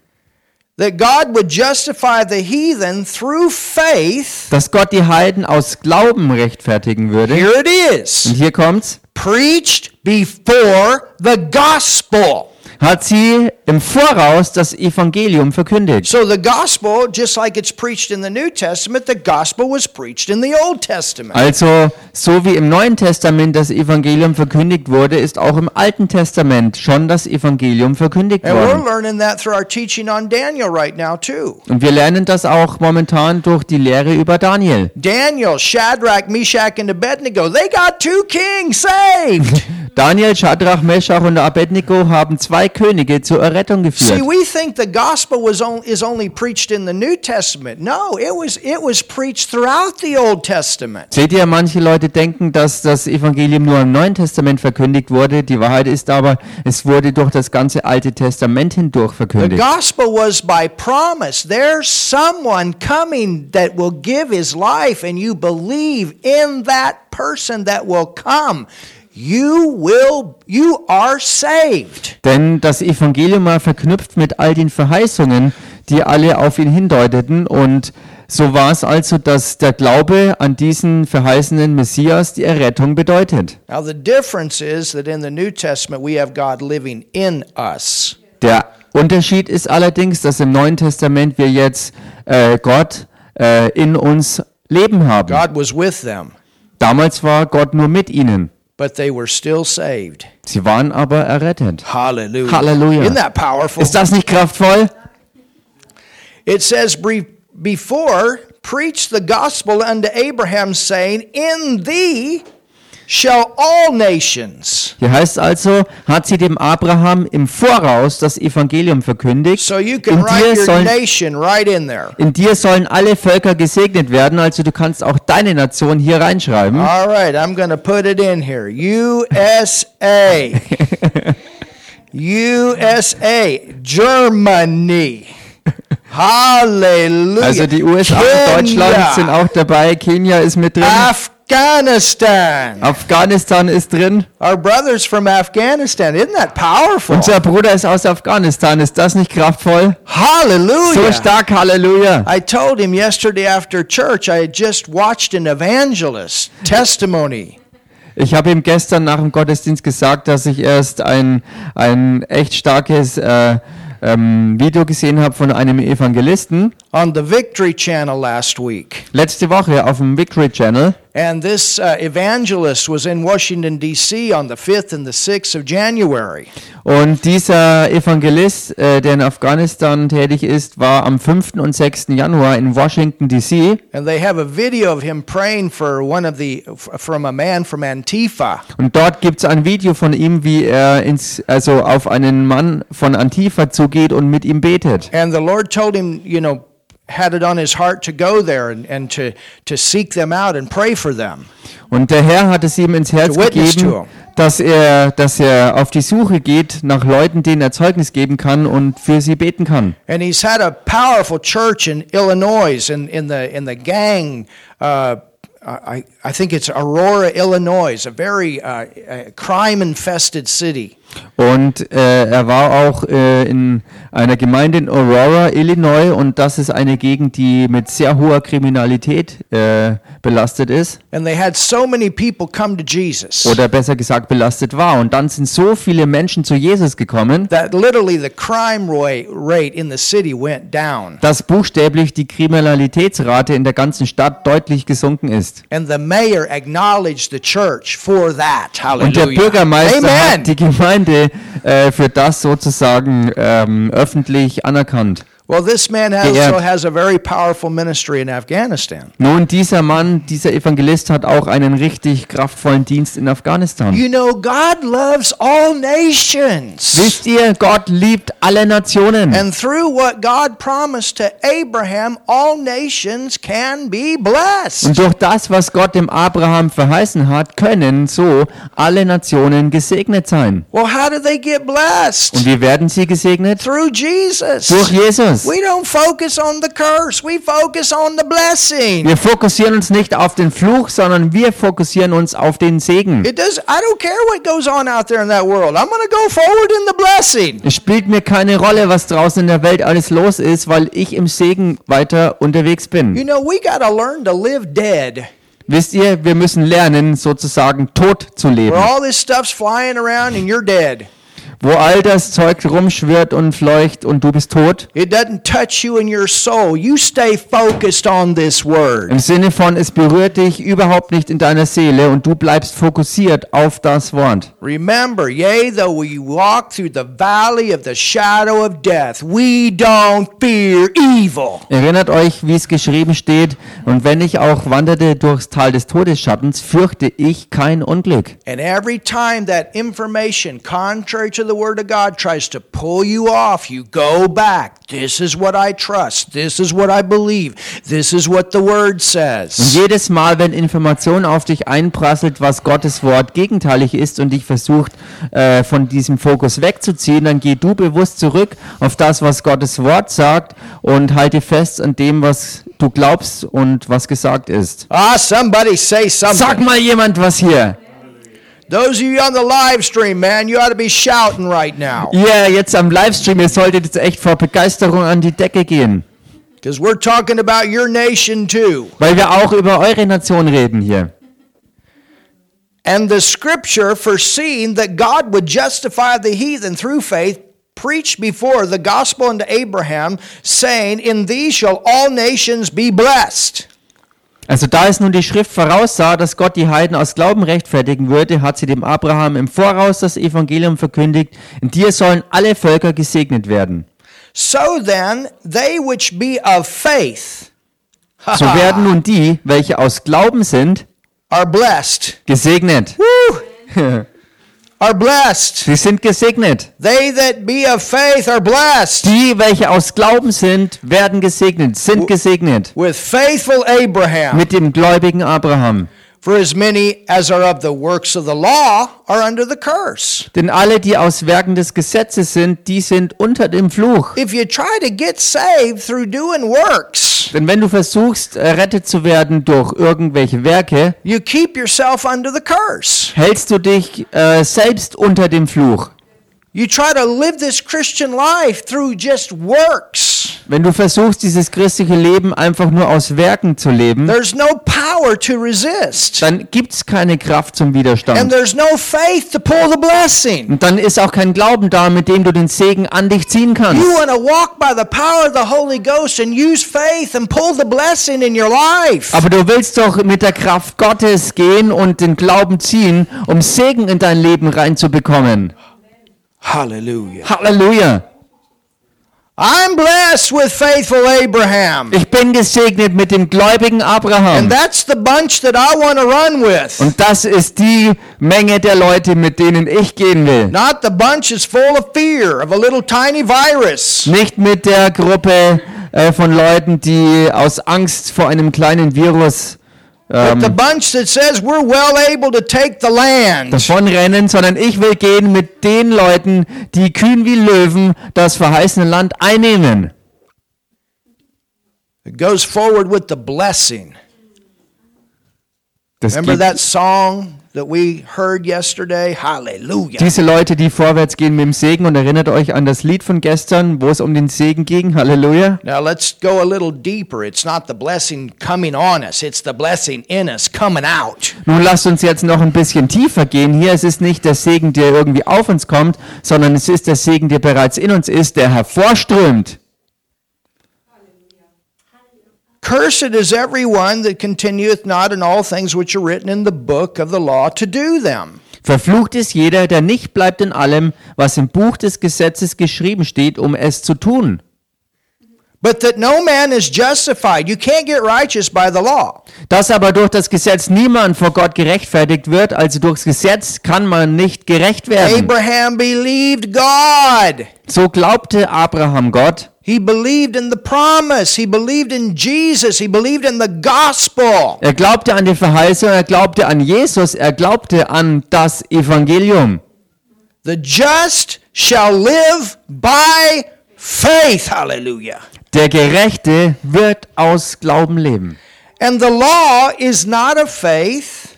[SPEAKER 1] That God would justify the heathen through faith.
[SPEAKER 2] Dass Gott die Heiden aus Glauben rechtfertigen würde.
[SPEAKER 1] Here it
[SPEAKER 2] Und
[SPEAKER 1] is.
[SPEAKER 2] hier kommt's.
[SPEAKER 1] Preached before the gospel.
[SPEAKER 2] hat sie im Voraus das Evangelium verkündigt.
[SPEAKER 1] So the gospel, just like it's preached in the New Testament, the gospel was preached in the Old Testament.
[SPEAKER 2] Also, so wie im Neuen Testament das Evangelium verkündigt wurde, ist auch im Alten Testament schon das Evangelium verkündigt
[SPEAKER 1] And we're
[SPEAKER 2] worden.
[SPEAKER 1] learning that through our teaching on Daniel right now, too.
[SPEAKER 2] Und wir lernen das auch momentan durch die Lehre über Daniel.
[SPEAKER 1] Daniel, Shadrach, Meshach, and Abednego, they got two kings saved.
[SPEAKER 2] Daniel, Schadrach, Meschach und Abednego haben zwei Könige zur Errettung
[SPEAKER 1] See,
[SPEAKER 2] geführt.
[SPEAKER 1] we think the gospel was on, is only preached in the New Testament. No, it was it was preached throughout the Old Testament.
[SPEAKER 2] Seht ihr, manche Leute denken, dass das Evangelium nur im Neuen Testament verkündigt wurde. Die Wahrheit ist aber, es wurde durch das ganze Alte Testament hindurch
[SPEAKER 1] The
[SPEAKER 2] verkündigt.
[SPEAKER 1] gospel was by promise. There's someone coming that will give his life, and you believe in that person that will come. You will. You are saved.
[SPEAKER 2] Denn das Evangelium war verknüpft mit all den Verheißungen, die alle auf ihn hindeuteten. Und so war es also, dass der Glaube an diesen verheißenen Messias die Errettung bedeutet.
[SPEAKER 1] Now the difference is that in the New Testament we have God living in us.
[SPEAKER 2] Der Unterschied ist allerdings, dass im Neuen Testament wir jetzt äh, Gott äh, in uns leben haben.
[SPEAKER 1] God was with them,
[SPEAKER 2] Damals war Gott nur mit ihnen.
[SPEAKER 1] but they were still saved.
[SPEAKER 2] Sie waren aber errettet.
[SPEAKER 1] Hallelujah.
[SPEAKER 2] Hallelujah.
[SPEAKER 1] Isn't that powerful?
[SPEAKER 2] Ist das nicht kraftvoll?
[SPEAKER 1] It says "Bre- before preach the gospel unto Abraham saying in thee shall all nations.
[SPEAKER 2] Hier heißt also, hat sie dem Abraham im Voraus das Evangelium verkündigt.
[SPEAKER 1] So you can
[SPEAKER 2] In dir,
[SPEAKER 1] write your
[SPEAKER 2] sollen,
[SPEAKER 1] nation right in there.
[SPEAKER 2] in dir sollen alle Völker gesegnet werden, also du kannst auch deine Nation hier reinschreiben.
[SPEAKER 1] All right, I'm going to put it in here. USA. USA, Germany. Hallelujah.
[SPEAKER 2] Also die USA
[SPEAKER 1] Kenya,
[SPEAKER 2] und Deutschland sind auch dabei, Kenia ist mit drin,
[SPEAKER 1] Ah. Afghanistan.
[SPEAKER 2] Afghanistan ist drin.
[SPEAKER 1] Our brothers from Afghanistan. Isn't that powerful?
[SPEAKER 2] Unser Bruder ist aus Afghanistan, ist das nicht kraftvoll? So
[SPEAKER 1] Hallelujah.
[SPEAKER 2] stark, Halleluja!
[SPEAKER 1] I told him yesterday after church, I had just watched an evangelist testimony.
[SPEAKER 2] Ich habe ihm gestern nach dem Gottesdienst gesagt, dass ich erst ein, ein echt starkes äh, ähm, Video gesehen habe von einem Evangelisten
[SPEAKER 1] On the Victory Channel last week.
[SPEAKER 2] letzte Woche auf dem Victory Channel.
[SPEAKER 1] And this uh, evangelist was in Washington, D.C. on the 5th and the 6th of January.
[SPEAKER 2] Und dieser Evangelist, äh, der in Afghanistan tätig ist, war am 5. und 6. Januar in Washington, D.C.
[SPEAKER 1] And they have a video of him praying for one of the, f- from a man from Antifa.
[SPEAKER 2] Und dort gibt es ein Video von ihm, wie er ins, also auf einen Mann von Antifa zugeht und mit ihm betet.
[SPEAKER 1] And the Lord told him, you know, had it on his heart to go there and, and to, to seek them out and pray for them.
[SPEAKER 2] Und der Herr hat es ihm ins Herz
[SPEAKER 1] To witness
[SPEAKER 2] gegeben,
[SPEAKER 1] to him.
[SPEAKER 2] dass er, dass er auf die Suche geht nach Leuten, denen er Zeugnis geben kann und für sie beten kann.
[SPEAKER 1] And he's had a powerful church in Illinois, in, in the in the gang. Uh, I, I think it's Aurora, Illinois, a very uh, uh, crime-infested city.
[SPEAKER 2] Und äh, er war auch äh, in einer Gemeinde in Aurora, Illinois, und das ist eine Gegend, die mit sehr hoher Kriminalität äh, belastet ist,
[SPEAKER 1] And they had so many people come to Jesus
[SPEAKER 2] oder besser gesagt belastet war. Und dann sind so viele Menschen zu Jesus gekommen,
[SPEAKER 1] that literally the crime roi- rate in the city went down.
[SPEAKER 2] dass buchstäblich die Kriminalitätsrate in der ganzen Stadt deutlich gesunken ist.
[SPEAKER 1] And the mayor acknowledged the church for that.
[SPEAKER 2] Und der
[SPEAKER 1] Hallelujah.
[SPEAKER 2] Bürgermeister
[SPEAKER 1] Amen.
[SPEAKER 2] hat die Gemeinde äh, für das sozusagen ähm, öffentlich anerkannt.
[SPEAKER 1] well, this man has-
[SPEAKER 2] Geehrt.
[SPEAKER 1] also has a very powerful ministry in Afghanistan.
[SPEAKER 2] Nun, dieser Mann, dieser Evangelist hat auch einen richtig kraftvollen Dienst in Afghanistan.
[SPEAKER 1] You know, God loves all nations.
[SPEAKER 2] Wisst ihr, Gott liebt alle Nationen.
[SPEAKER 1] And through what God promised to Abraham, all nations can be blessed.
[SPEAKER 2] Und durch das, was Gott dem Abraham verheißen hat, können so alle Nationen gesegnet sein.
[SPEAKER 1] Well, how do they get
[SPEAKER 2] Und
[SPEAKER 1] blessed?
[SPEAKER 2] wie werden sie gesegnet?
[SPEAKER 1] Through Jesus.
[SPEAKER 2] Durch Jesus.
[SPEAKER 1] We don't focus on the curse, we focus on the blessing.
[SPEAKER 2] Wir fokussieren uns nicht auf den Fluch, sondern wir fokussieren uns auf den Segen.
[SPEAKER 1] It does I don't care what goes on out there in that world. I'm going to go forward in the blessing.
[SPEAKER 2] Es spielt mir keine Rolle, was draußen in der Welt alles los ist, weil ich im Segen weiter unterwegs
[SPEAKER 1] You
[SPEAKER 2] bin.
[SPEAKER 1] know, we got to learn to live dead.
[SPEAKER 2] Wisst ihr, wir müssen lernen, sozusagen tot zu leben.
[SPEAKER 1] Where all this stuff's flying around and you're dead.
[SPEAKER 2] wo all das Zeug rumschwirrt und fleucht und du bist tot.
[SPEAKER 1] It doesn't touch you in your soul. You stay focused on this word.
[SPEAKER 2] Im Sinne von, es berührt dich überhaupt nicht in deiner Seele und du bleibst fokussiert auf das Wort.
[SPEAKER 1] Remember, yea, though we walk through the valley of the shadow of death, we don't fear evil.
[SPEAKER 2] Erinnert euch, wie es geschrieben steht, und wenn ich auch wanderte durchs Tal des Todesschattens, fürchte ich kein Unglück.
[SPEAKER 1] And every time that information, contrary to the Word of God, tries to pull you off, you go back. This is what I trust. This is what I believe. This is what the Word
[SPEAKER 2] Und
[SPEAKER 1] says.
[SPEAKER 2] jedes Mal, wenn Information auf dich einprasselt, was Gottes Wort gegenteilig ist und dich versucht, äh, von diesem Fokus wegzuziehen, dann geh du bewusst zurück auf das, was Gottes Wort sagt und halte fest an dem, was du glaubst und was gesagt ist.
[SPEAKER 1] Ah, somebody say
[SPEAKER 2] Sag
[SPEAKER 1] something.
[SPEAKER 2] mal jemand was hier.
[SPEAKER 1] Those of you on the live stream, man, you ought to be shouting right now.
[SPEAKER 2] Ihr jetzt am Livestream, ihr solltet jetzt echt vor Begeisterung an die Decke gehen,
[SPEAKER 1] Because we're talking about your nation too.
[SPEAKER 2] weil wir auch über eure Nation reden hier.
[SPEAKER 1] And the scripture foreseeing that God would justify the heathen through faith preached before the gospel unto Abraham, saying, In thee shall all nations be blessed.
[SPEAKER 2] Also da es nun die Schrift voraussah, dass Gott die Heiden aus Glauben rechtfertigen würde, hat sie dem Abraham im Voraus das Evangelium verkündigt, in dir sollen alle Völker gesegnet werden.
[SPEAKER 1] So then, they which be of faith
[SPEAKER 2] So werden nun die, welche aus Glauben sind,
[SPEAKER 1] are blessed.
[SPEAKER 2] gesegnet.
[SPEAKER 1] Are blessed.
[SPEAKER 2] Sie sind gesegnet.
[SPEAKER 1] They that be of faith are blessed.
[SPEAKER 2] Die, welche aus Glauben sind, werden gesegnet, sind gesegnet.
[SPEAKER 1] With faithful Abraham,
[SPEAKER 2] Mit dem gläubigen Abraham.
[SPEAKER 1] for as many as are of the works of the law are under the curse.
[SPEAKER 2] Denn alle, die aus Werken des Gesetzes sind, die sind unter dem Fluch.
[SPEAKER 1] If you try to get saved through doing works,
[SPEAKER 2] Denn wenn du versuchst, errettet zu werden durch irgendwelche Werke,
[SPEAKER 1] you keep yourself under the curse.
[SPEAKER 2] hältst du dich äh, selbst unter dem Fluch.
[SPEAKER 1] You try to live this Christian life through just works.
[SPEAKER 2] Wenn du versuchst, dieses christliche Leben einfach nur aus Werken zu leben,
[SPEAKER 1] There's no power to resist,
[SPEAKER 2] dann gibt es keine Kraft zum
[SPEAKER 1] and
[SPEAKER 2] Widerstand.
[SPEAKER 1] there's no faith to pull the blessing.
[SPEAKER 2] Und dann ist auch kein Glauben da, mit dem du den Segen an dich ziehen kannst.
[SPEAKER 1] You want to walk by the power of the Holy Ghost and use faith and pull the blessing in your life.
[SPEAKER 2] Aber du willst doch mit der Kraft Gottes gehen und den Glauben ziehen, um Segen in dein Leben reinzubekommen.
[SPEAKER 1] Hallelujah.
[SPEAKER 2] Halleluja!
[SPEAKER 1] I'm blessed with faithful Abraham.
[SPEAKER 2] Ich bin gesegnet mit dem gläubigen Abraham.
[SPEAKER 1] And that's the bunch that I want to run with.
[SPEAKER 2] Und das ist die Menge der Leute, mit denen ich gehen will.
[SPEAKER 1] Not the bunch that's full of fear of a little tiny virus.
[SPEAKER 2] Nicht mit der Gruppe äh, von Leuten, die aus Angst vor einem kleinen Virus
[SPEAKER 1] But the bunch that says we're well able to take the land.
[SPEAKER 2] davonrennen, sondern ich will gehen mit den Leuten, die kühn wie Löwen das verheißene Land einnehmen.
[SPEAKER 1] It goes forward with the blessing.
[SPEAKER 2] Das
[SPEAKER 1] Remember
[SPEAKER 2] geht,
[SPEAKER 1] that song that we heard yesterday? Hallelujah.
[SPEAKER 2] diese Leute, die vorwärts gehen mit dem Segen und erinnert euch an das Lied von gestern, wo es um den Segen ging. Halleluja.
[SPEAKER 1] Now let's go a little deeper. It's not the blessing coming on us, it's the blessing in us coming out.
[SPEAKER 2] Nun lasst uns jetzt noch ein bisschen tiefer gehen hier. Es ist nicht der Segen, der irgendwie auf uns kommt, sondern es ist der Segen, der bereits in uns ist, der hervorströmt.
[SPEAKER 1] Cursed is everyone that continueth not in all things which are written in the book of the law to do them.
[SPEAKER 2] Verflucht ist jeder, der nicht bleibt in allem, was im Buch des Gesetzes geschrieben steht, um es zu tun.
[SPEAKER 1] But that no man is justified. You can't get righteous by the law.
[SPEAKER 2] Dass aber durch das Gesetz niemand vor Gott gerechtfertigt wird, also durchs Gesetz kann man nicht gerecht werden.
[SPEAKER 1] Abraham believed God.
[SPEAKER 2] So glaubte Abraham Gott.
[SPEAKER 1] He believed in the promise. He believed in Jesus. He believed in the gospel.
[SPEAKER 2] Er glaubte an die Verheißung, er glaubte an Jesus, er glaubte an das Evangelium.
[SPEAKER 1] The just shall live by faith. Hallelujah.
[SPEAKER 2] Der Gerechte wird aus Glauben leben.
[SPEAKER 1] And the law is not of faith,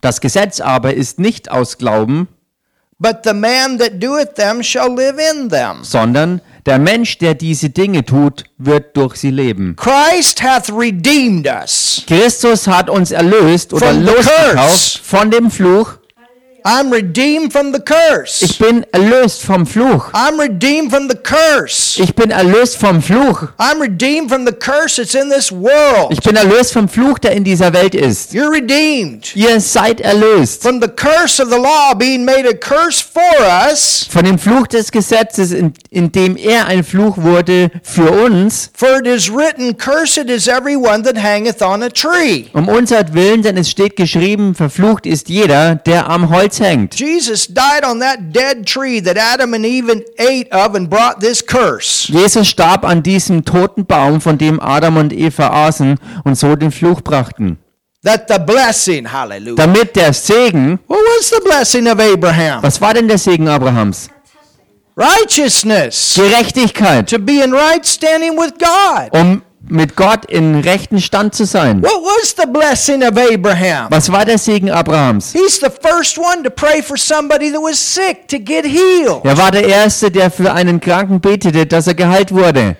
[SPEAKER 2] Das Gesetz aber ist nicht aus Glauben,
[SPEAKER 1] but the man that doeth them shall live in them.
[SPEAKER 2] sondern der Mensch, der diese Dinge tut, wird durch sie leben.
[SPEAKER 1] Christ hath redeemed us
[SPEAKER 2] Christus hat uns erlöst oder
[SPEAKER 1] From the
[SPEAKER 2] losgekauft
[SPEAKER 1] curse.
[SPEAKER 2] von dem Fluch
[SPEAKER 1] I'm redeemed from the
[SPEAKER 2] Ich
[SPEAKER 1] curse.
[SPEAKER 2] bin erlöst vom Fluch.
[SPEAKER 1] I'm redeemed from the curse.
[SPEAKER 2] Ich bin erlöst vom Fluch.
[SPEAKER 1] I'm redeemed from the curse that's in this world.
[SPEAKER 2] Ich bin erlöst vom Fluch, der in dieser Welt ist.
[SPEAKER 1] You're redeemed
[SPEAKER 2] Ihr seid erlöst
[SPEAKER 1] from the curse of the law being made a curse for us,
[SPEAKER 2] von dem Fluch des Gesetzes, in, in dem er ein Fluch wurde für uns.
[SPEAKER 1] for it is written, Cursed is everyone that hangeth on a tree.
[SPEAKER 2] Um unser Willen, denn es steht geschrieben, verflucht ist jeder, der am Holz hängt.
[SPEAKER 1] Jesus died on that dead tree that Adam and Eve ate of and brought this curse.
[SPEAKER 2] Jesus starb an diesem toten Baum, von dem Adam und Eva aßen und so den Fluch brachten.
[SPEAKER 1] That the blessing, hallelujah.
[SPEAKER 2] Damit der Segen,
[SPEAKER 1] What was the blessing of Abraham?
[SPEAKER 2] was war denn der Segen Abrahams?
[SPEAKER 1] Righteousness.
[SPEAKER 2] Gerechtigkeit,
[SPEAKER 1] To be in right standing with God.
[SPEAKER 2] um mit Gott in rechten Stand zu sein.
[SPEAKER 1] What was the blessing of Abraham?
[SPEAKER 2] Was war der Segen Abrahams?
[SPEAKER 1] He's the first one to pray for somebody that was sick to get healed.
[SPEAKER 2] Er war der Erste, der für einen Kranken betete, dass er geheilt wurde.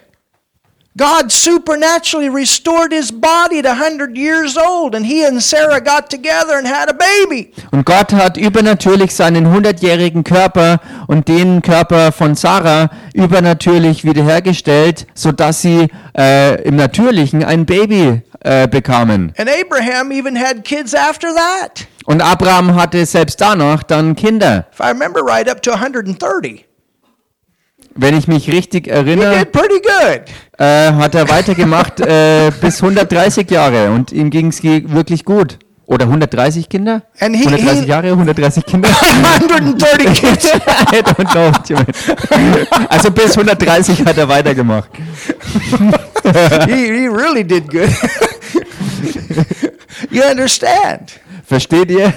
[SPEAKER 1] God supernaturally restored his body at 100 years old, and he and Sarah got together and had a baby.
[SPEAKER 2] Und Gott hat übernatürlich seinen hundertjährigen Körper und den Körper von Sarah übernatürlich wiederhergestellt, sodass sie äh, im Natürlichen ein Baby äh, bekamen.
[SPEAKER 1] And Abraham even had kids after that.
[SPEAKER 2] Und Abraham hatte selbst danach dann Kinder.
[SPEAKER 1] If I remember right, up to 130.
[SPEAKER 2] Wenn ich mich richtig
[SPEAKER 1] He
[SPEAKER 2] erinnere,
[SPEAKER 1] did pretty good.
[SPEAKER 2] äh, hat er weitergemacht äh, bis 130 Jahre und ihm ging es wirklich gut. Oder 130 Kinder?
[SPEAKER 1] And he-
[SPEAKER 2] 130
[SPEAKER 1] he-
[SPEAKER 2] Jahre, 130 Kinder?
[SPEAKER 1] 130 kids.
[SPEAKER 2] I don't know what you mean. Also bis 130 hat er weitergemacht.
[SPEAKER 1] He, he really did good. you understand?
[SPEAKER 2] Versteht ihr?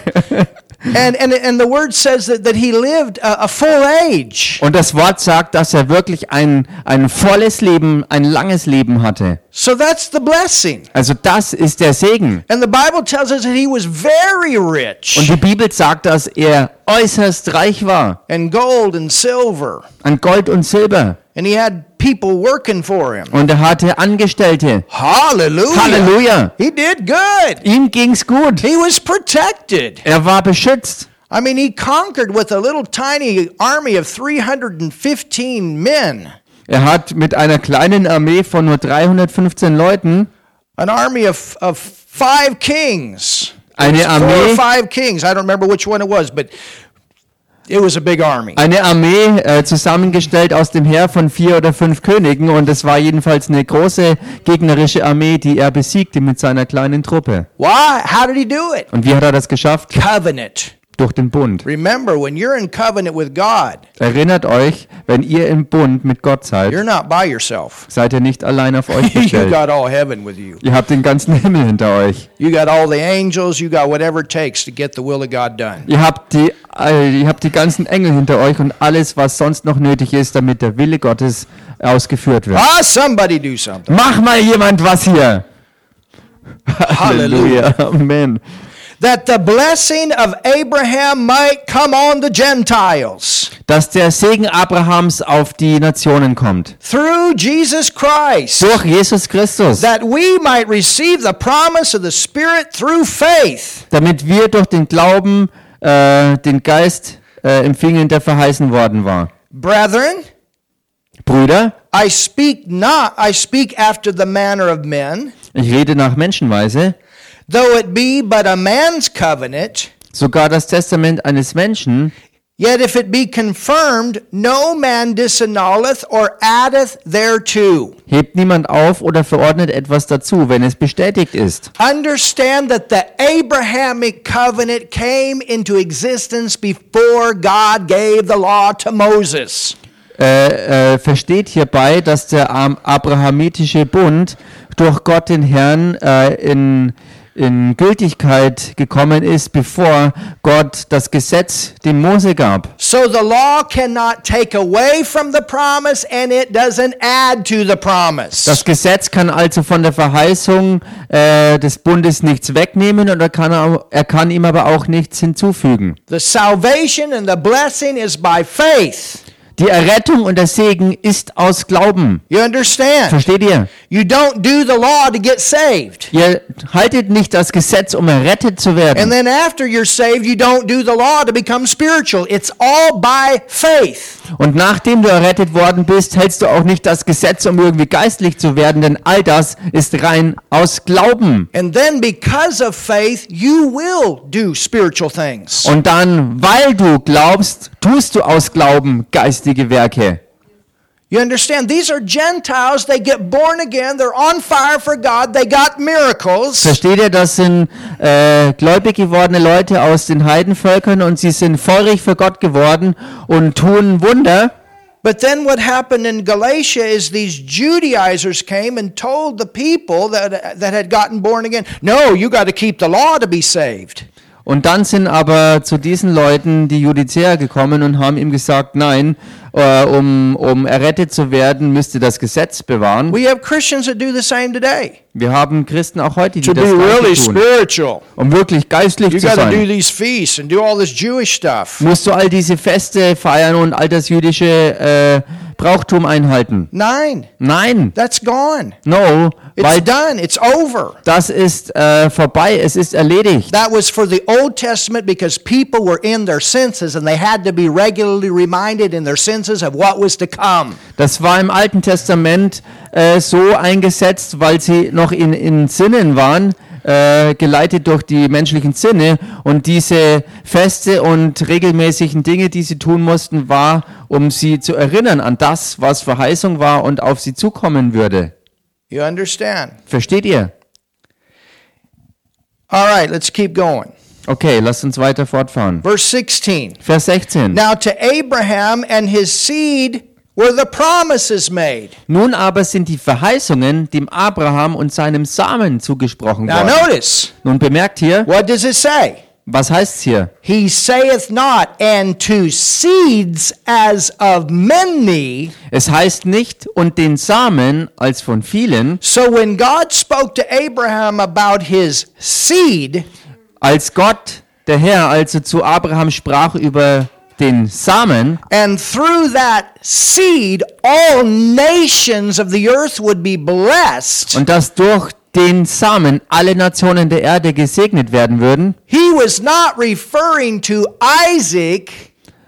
[SPEAKER 1] And, and, and the word says that, that he lived a, a full age.
[SPEAKER 2] Und das Wort sagt, dass er wirklich ein, ein volles Leben, ein langes Leben hatte.
[SPEAKER 1] So that's the blessing.
[SPEAKER 2] Also das ist der Segen.
[SPEAKER 1] And the Bible tells us that he was very
[SPEAKER 2] Und
[SPEAKER 1] rich
[SPEAKER 2] die Bibel sagt, dass er äußerst reich war
[SPEAKER 1] in gold and silver.
[SPEAKER 2] an Gold und Silber.
[SPEAKER 1] And he had people working for him.
[SPEAKER 2] Und er hatte Angestellte.
[SPEAKER 1] Hallelujah.
[SPEAKER 2] Halleluja!
[SPEAKER 1] He did good.
[SPEAKER 2] Ihm ging's gut.
[SPEAKER 1] He was protected.
[SPEAKER 2] Er war beschützt.
[SPEAKER 1] I mean, he conquered with a little tiny army of 315 men,
[SPEAKER 2] Er hat mit einer kleinen Armee von nur 315 Leuten
[SPEAKER 1] an army of, of five kings.
[SPEAKER 2] eine
[SPEAKER 1] Four or
[SPEAKER 2] Armee,
[SPEAKER 1] five kings. I don't remember which one it was, but it was a big army.
[SPEAKER 2] eine Armee äh, zusammengestellt aus dem Heer von vier oder fünf Königen und es war jedenfalls eine große gegnerische Armee, die er besiegte mit seiner kleinen Truppe.
[SPEAKER 1] Why? How did he do it?
[SPEAKER 2] Und wie hat er das geschafft?
[SPEAKER 1] Covenant.
[SPEAKER 2] Durch den Bund.
[SPEAKER 1] Remember, when you're in covenant with God,
[SPEAKER 2] Erinnert euch, wenn ihr im Bund mit Gott
[SPEAKER 1] you're
[SPEAKER 2] seid,
[SPEAKER 1] not by yourself.
[SPEAKER 2] seid ihr nicht allein auf euch
[SPEAKER 1] you
[SPEAKER 2] gestellt.
[SPEAKER 1] got all heaven with you.
[SPEAKER 2] Ihr habt den ganzen Himmel hinter euch.
[SPEAKER 1] You got all the angels. You got whatever it takes to get the will of God done.
[SPEAKER 2] Ihr habt, die, äh, ihr habt die ganzen Engel hinter euch und alles, was sonst noch nötig ist, damit der Wille Gottes ausgeführt wird.
[SPEAKER 1] Ah, somebody do something.
[SPEAKER 2] Mach mal jemand was hier.
[SPEAKER 1] Hallelujah.
[SPEAKER 2] Amen.
[SPEAKER 1] That the blessing of Abraham might come on the Gentiles
[SPEAKER 2] Dass der Segen Abrahams auf die Nationen kommt.
[SPEAKER 1] through Jesus Christ.
[SPEAKER 2] Durch Jesus Christus.
[SPEAKER 1] That we might receive the promise of the Spirit through faith.
[SPEAKER 2] Damit wir durch den Glauben äh, den Geist äh, empfingen, der verheißen worden war.
[SPEAKER 1] Brethren,
[SPEAKER 2] Brüder,
[SPEAKER 1] I speak not, I speak after the manner of men,
[SPEAKER 2] ich rede nach Menschenweise.
[SPEAKER 1] though it be but a man's covenant,
[SPEAKER 2] Sogar das Testament eines Menschen
[SPEAKER 1] yet if it be confirmed, no man disannuleth or addeth thereto.
[SPEAKER 2] Hebt niemand auf oder verordnet etwas dazu, wenn es bestätigt ist.
[SPEAKER 1] Understand that the Abrahamic covenant came into existence before God gave the law to Moses.
[SPEAKER 2] Äh, äh, versteht hierbei, dass der am- abrahamitische Bund durch Gott den Herrn äh, in, in Gültigkeit gekommen ist, bevor Gott das Gesetz dem Mose gab.
[SPEAKER 1] So the law cannot take away from the promise and it doesn't add to the promise.
[SPEAKER 2] Das Gesetz kann also von der Verheißung äh, des Bundes nichts wegnehmen und er kann, au- er kann ihm aber auch nichts hinzufügen.
[SPEAKER 1] the salvation and the blessing is by faith.
[SPEAKER 2] die Errettung und der Segen ist aus Glauben.
[SPEAKER 1] You understand?
[SPEAKER 2] Versteht ihr?
[SPEAKER 1] You don't do the law to get saved.
[SPEAKER 2] Ihr haltet nicht das Gesetz, um errettet zu
[SPEAKER 1] And
[SPEAKER 2] werden.
[SPEAKER 1] then after you're saved, you don't do the law to become spiritual. It's all by faith.
[SPEAKER 2] Und nachdem du errettet worden bist, hältst du auch nicht das Gesetz, um irgendwie geistlich zu werden, denn all das ist rein aus Glauben.
[SPEAKER 1] And then because of faith, you will do spiritual things.
[SPEAKER 2] Und dann, weil du glaubst, tust du aus Glauben geistige Werke.
[SPEAKER 1] You understand? These are Gentiles. They get born again. They're on fire for God. They got miracles.
[SPEAKER 2] Versteht ihr, das sind äh, gläubig gewordene Leute aus den Heidenvölkern und sie sind feurig für Gott geworden und tun Wunder.
[SPEAKER 1] But then what happened in Galatia is these Judaizers came and told the people that, that had gotten born again, no, you got to keep the law to be saved.
[SPEAKER 2] Und dann sind aber zu diesen Leuten die Judizäer gekommen und haben ihm gesagt, nein, äh, um, um errettet zu werden, müsst ihr das Gesetz bewahren.
[SPEAKER 1] We have Christians that do the same today.
[SPEAKER 2] Wir haben Christen auch heute, die
[SPEAKER 1] To be
[SPEAKER 2] das Gleiche
[SPEAKER 1] really
[SPEAKER 2] tun.
[SPEAKER 1] spiritual,
[SPEAKER 2] Um wirklich geistlich
[SPEAKER 1] you
[SPEAKER 2] zu
[SPEAKER 1] got to do
[SPEAKER 2] sein,
[SPEAKER 1] these feasts and do all this Jewish stuff.
[SPEAKER 2] musst du all diese Feste feiern und all das jüdische äh, Brauchtum einhalten.
[SPEAKER 1] Nine,
[SPEAKER 2] Nein,
[SPEAKER 1] that's gone.
[SPEAKER 2] no,
[SPEAKER 1] It's
[SPEAKER 2] weil
[SPEAKER 1] done. It's over.
[SPEAKER 2] Das ist äh, vorbei, es ist erledigt.
[SPEAKER 1] That was for the Old Testament because people were in their senses and they had to be regularly reminded in their senses of what was to come.
[SPEAKER 2] Das war im Alten Testament äh, so eingesetzt, weil sie noch in, in Sinnen waren, äh, geleitet durch die menschlichen Sinne. Und diese Feste und regelmäßigen Dinge, die sie tun mussten, war, um sie zu erinnern an das, was Verheißung war und auf sie zukommen würde.
[SPEAKER 1] You understand?
[SPEAKER 2] Versteht ihr?
[SPEAKER 1] All right, let's keep going.
[SPEAKER 2] Okay, lasst uns weiter fortfahren.
[SPEAKER 1] Verse 16.
[SPEAKER 2] Vers 16.
[SPEAKER 1] Now to Abraham and his seed were the promises made.
[SPEAKER 2] Nun aber sind die Verheißungen dem Abraham und seinem Samen zugesprochen
[SPEAKER 1] Now
[SPEAKER 2] worden.
[SPEAKER 1] notice,
[SPEAKER 2] Nun bemerkt hier,
[SPEAKER 1] what does it say?
[SPEAKER 2] was heißt hier?
[SPEAKER 1] He saith not, and to seeds as of many.
[SPEAKER 2] Es heißt nicht und den Samen als von vielen.
[SPEAKER 1] So when God spoke to Abraham about his seed,
[SPEAKER 2] Als Gott, der Herr, also zu Abraham sprach über den Samen
[SPEAKER 1] And through that seed, all nations of the earth would be blessed.
[SPEAKER 2] und dass durch den Samen alle Nationen der Erde gesegnet werden würden,
[SPEAKER 1] He was not referring to Isaac.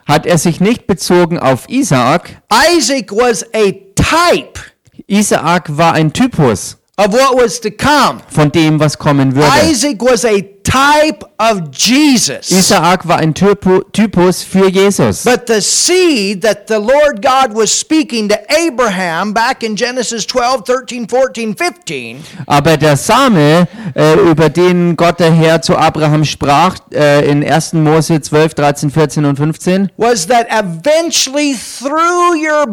[SPEAKER 2] hat er sich nicht bezogen auf Isaak.
[SPEAKER 1] Isaac was a type
[SPEAKER 2] Isaak war ein Typus
[SPEAKER 1] of what was to come.
[SPEAKER 2] von dem, was kommen würde.
[SPEAKER 1] Isaac was a type of Jesus.
[SPEAKER 2] Isaak war ein Typo- Typus für Jesus.
[SPEAKER 1] But the seed that the Lord God was speaking to Abraham back in Genesis 12, 13, 14, 15
[SPEAKER 2] Aber der Same, äh, über den Gott der Herr zu Abraham sprach, äh, in 1. Mose 12, 13, 14 und 15,
[SPEAKER 1] was that eventually through your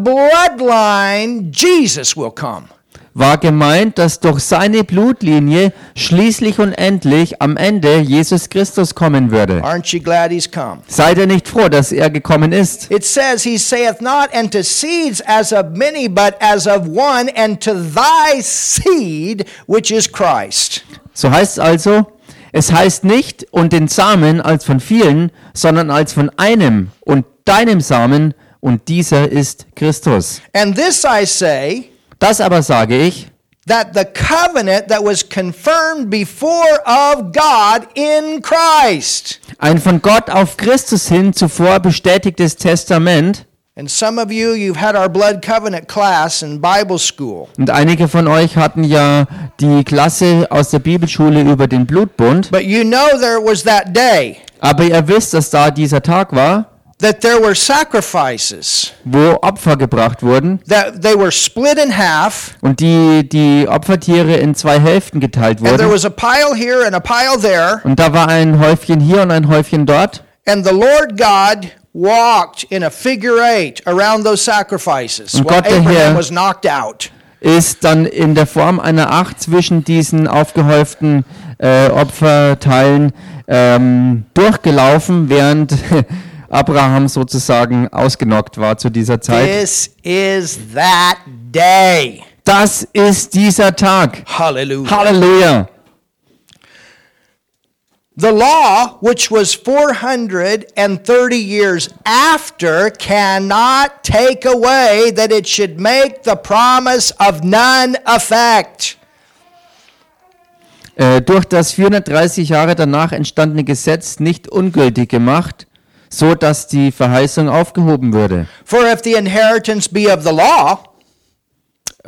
[SPEAKER 1] bloodline, Jesus will come.
[SPEAKER 2] war gemeint, dass durch seine Blutlinie schließlich und endlich am Ende Jesus Christus kommen würde.
[SPEAKER 1] Aren't you glad he's come?
[SPEAKER 2] Seid ihr nicht froh, dass er gekommen ist?
[SPEAKER 1] It says, He saith not, and to seeds as of many, but as of one, and to thy seed, which is Christ.
[SPEAKER 2] So heißt es also, es heißt nicht und den Samen als von vielen, sondern als von einem und deinem Samen und dieser ist Christus.
[SPEAKER 1] And this I say,
[SPEAKER 2] Das aber sage ich,
[SPEAKER 1] that the covenant that was confirmed before of God in Christ.
[SPEAKER 2] Ein von Gott auf Christus hin zuvor bestätigtes Testament.
[SPEAKER 1] And some of you, you've had our blood covenant class in Bible school.
[SPEAKER 2] Und einige von euch hatten ja die Klasse aus der Bibelschule über den Blutbund.
[SPEAKER 1] But you know there was that day
[SPEAKER 2] Aber ihr wisst, dass da dieser Tag war,
[SPEAKER 1] that there were sacrifices,
[SPEAKER 2] wo Opfer gebracht wurden
[SPEAKER 1] that they were split in half.
[SPEAKER 2] und die, die Opfertiere in zwei Hälften geteilt
[SPEAKER 1] And there
[SPEAKER 2] wurden.
[SPEAKER 1] was a pile here and a pile there.
[SPEAKER 2] Und da war ein Häufchen hier und ein Häufchen dort.
[SPEAKER 1] And the Lord God walked in a figure eight around those sacrifices.
[SPEAKER 2] Und
[SPEAKER 1] Well,
[SPEAKER 2] Gott der
[SPEAKER 1] Abraham
[SPEAKER 2] Herr-
[SPEAKER 1] was knocked out.
[SPEAKER 2] Ist dann in der Form einer Acht zwischen diesen aufgehäuften äh, Opferteilen ähm, durchgelaufen, während Abraham sozusagen ausgenockt war zu dieser Zeit.
[SPEAKER 1] This is that day.
[SPEAKER 2] Das ist dieser Tag.
[SPEAKER 1] Hallelujah.
[SPEAKER 2] Halleluja.
[SPEAKER 1] The law, which was 430 years after, cannot take away that it should make the promise of none effect.
[SPEAKER 2] Äh, durch das 430 Jahre danach entstandene Gesetz nicht ungültig gemacht, so dass die Verheißung aufgehoben würde.
[SPEAKER 1] For if the inheritance be of the law,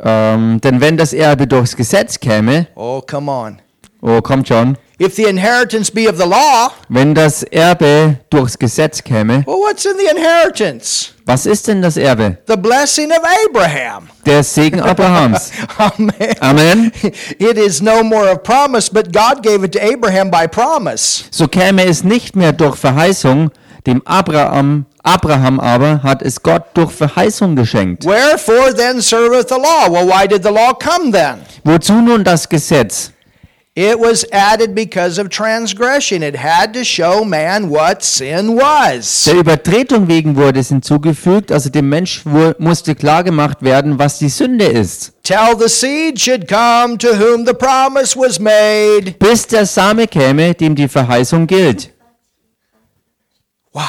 [SPEAKER 2] Ähm, denn wenn das Erbe durchs Gesetz käme,
[SPEAKER 1] oh, come on.
[SPEAKER 2] oh kommt schon,
[SPEAKER 1] If the inheritance be of the law,
[SPEAKER 2] wenn das Erbe durchs Gesetz käme,
[SPEAKER 1] well, what's in the inheritance?
[SPEAKER 2] was ist denn das Erbe?
[SPEAKER 1] The blessing of Abraham.
[SPEAKER 2] Der Segen Abrahams.
[SPEAKER 1] Amen.
[SPEAKER 2] Amen.
[SPEAKER 1] It is no more of promise, but God gave it to Abraham by promise.
[SPEAKER 2] So käme es nicht mehr durch Verheißung, dem Abraham, Abraham aber hat es Gott durch Verheißung geschenkt.
[SPEAKER 1] Wherefore then serveth the law? Well, why did the law come then?
[SPEAKER 2] Wozu nun das Gesetz?
[SPEAKER 1] It was added because of transgression. It had to show man what sin was.
[SPEAKER 2] Der Übertretung wegen wurde es hinzugefügt, also dem Mensch wu- musste klargemacht werden, was die Sünde ist.
[SPEAKER 1] Till the seed should come to whom the promise was made.
[SPEAKER 2] Bis der Same käme, dem die Verheißung gilt.
[SPEAKER 1] Wow.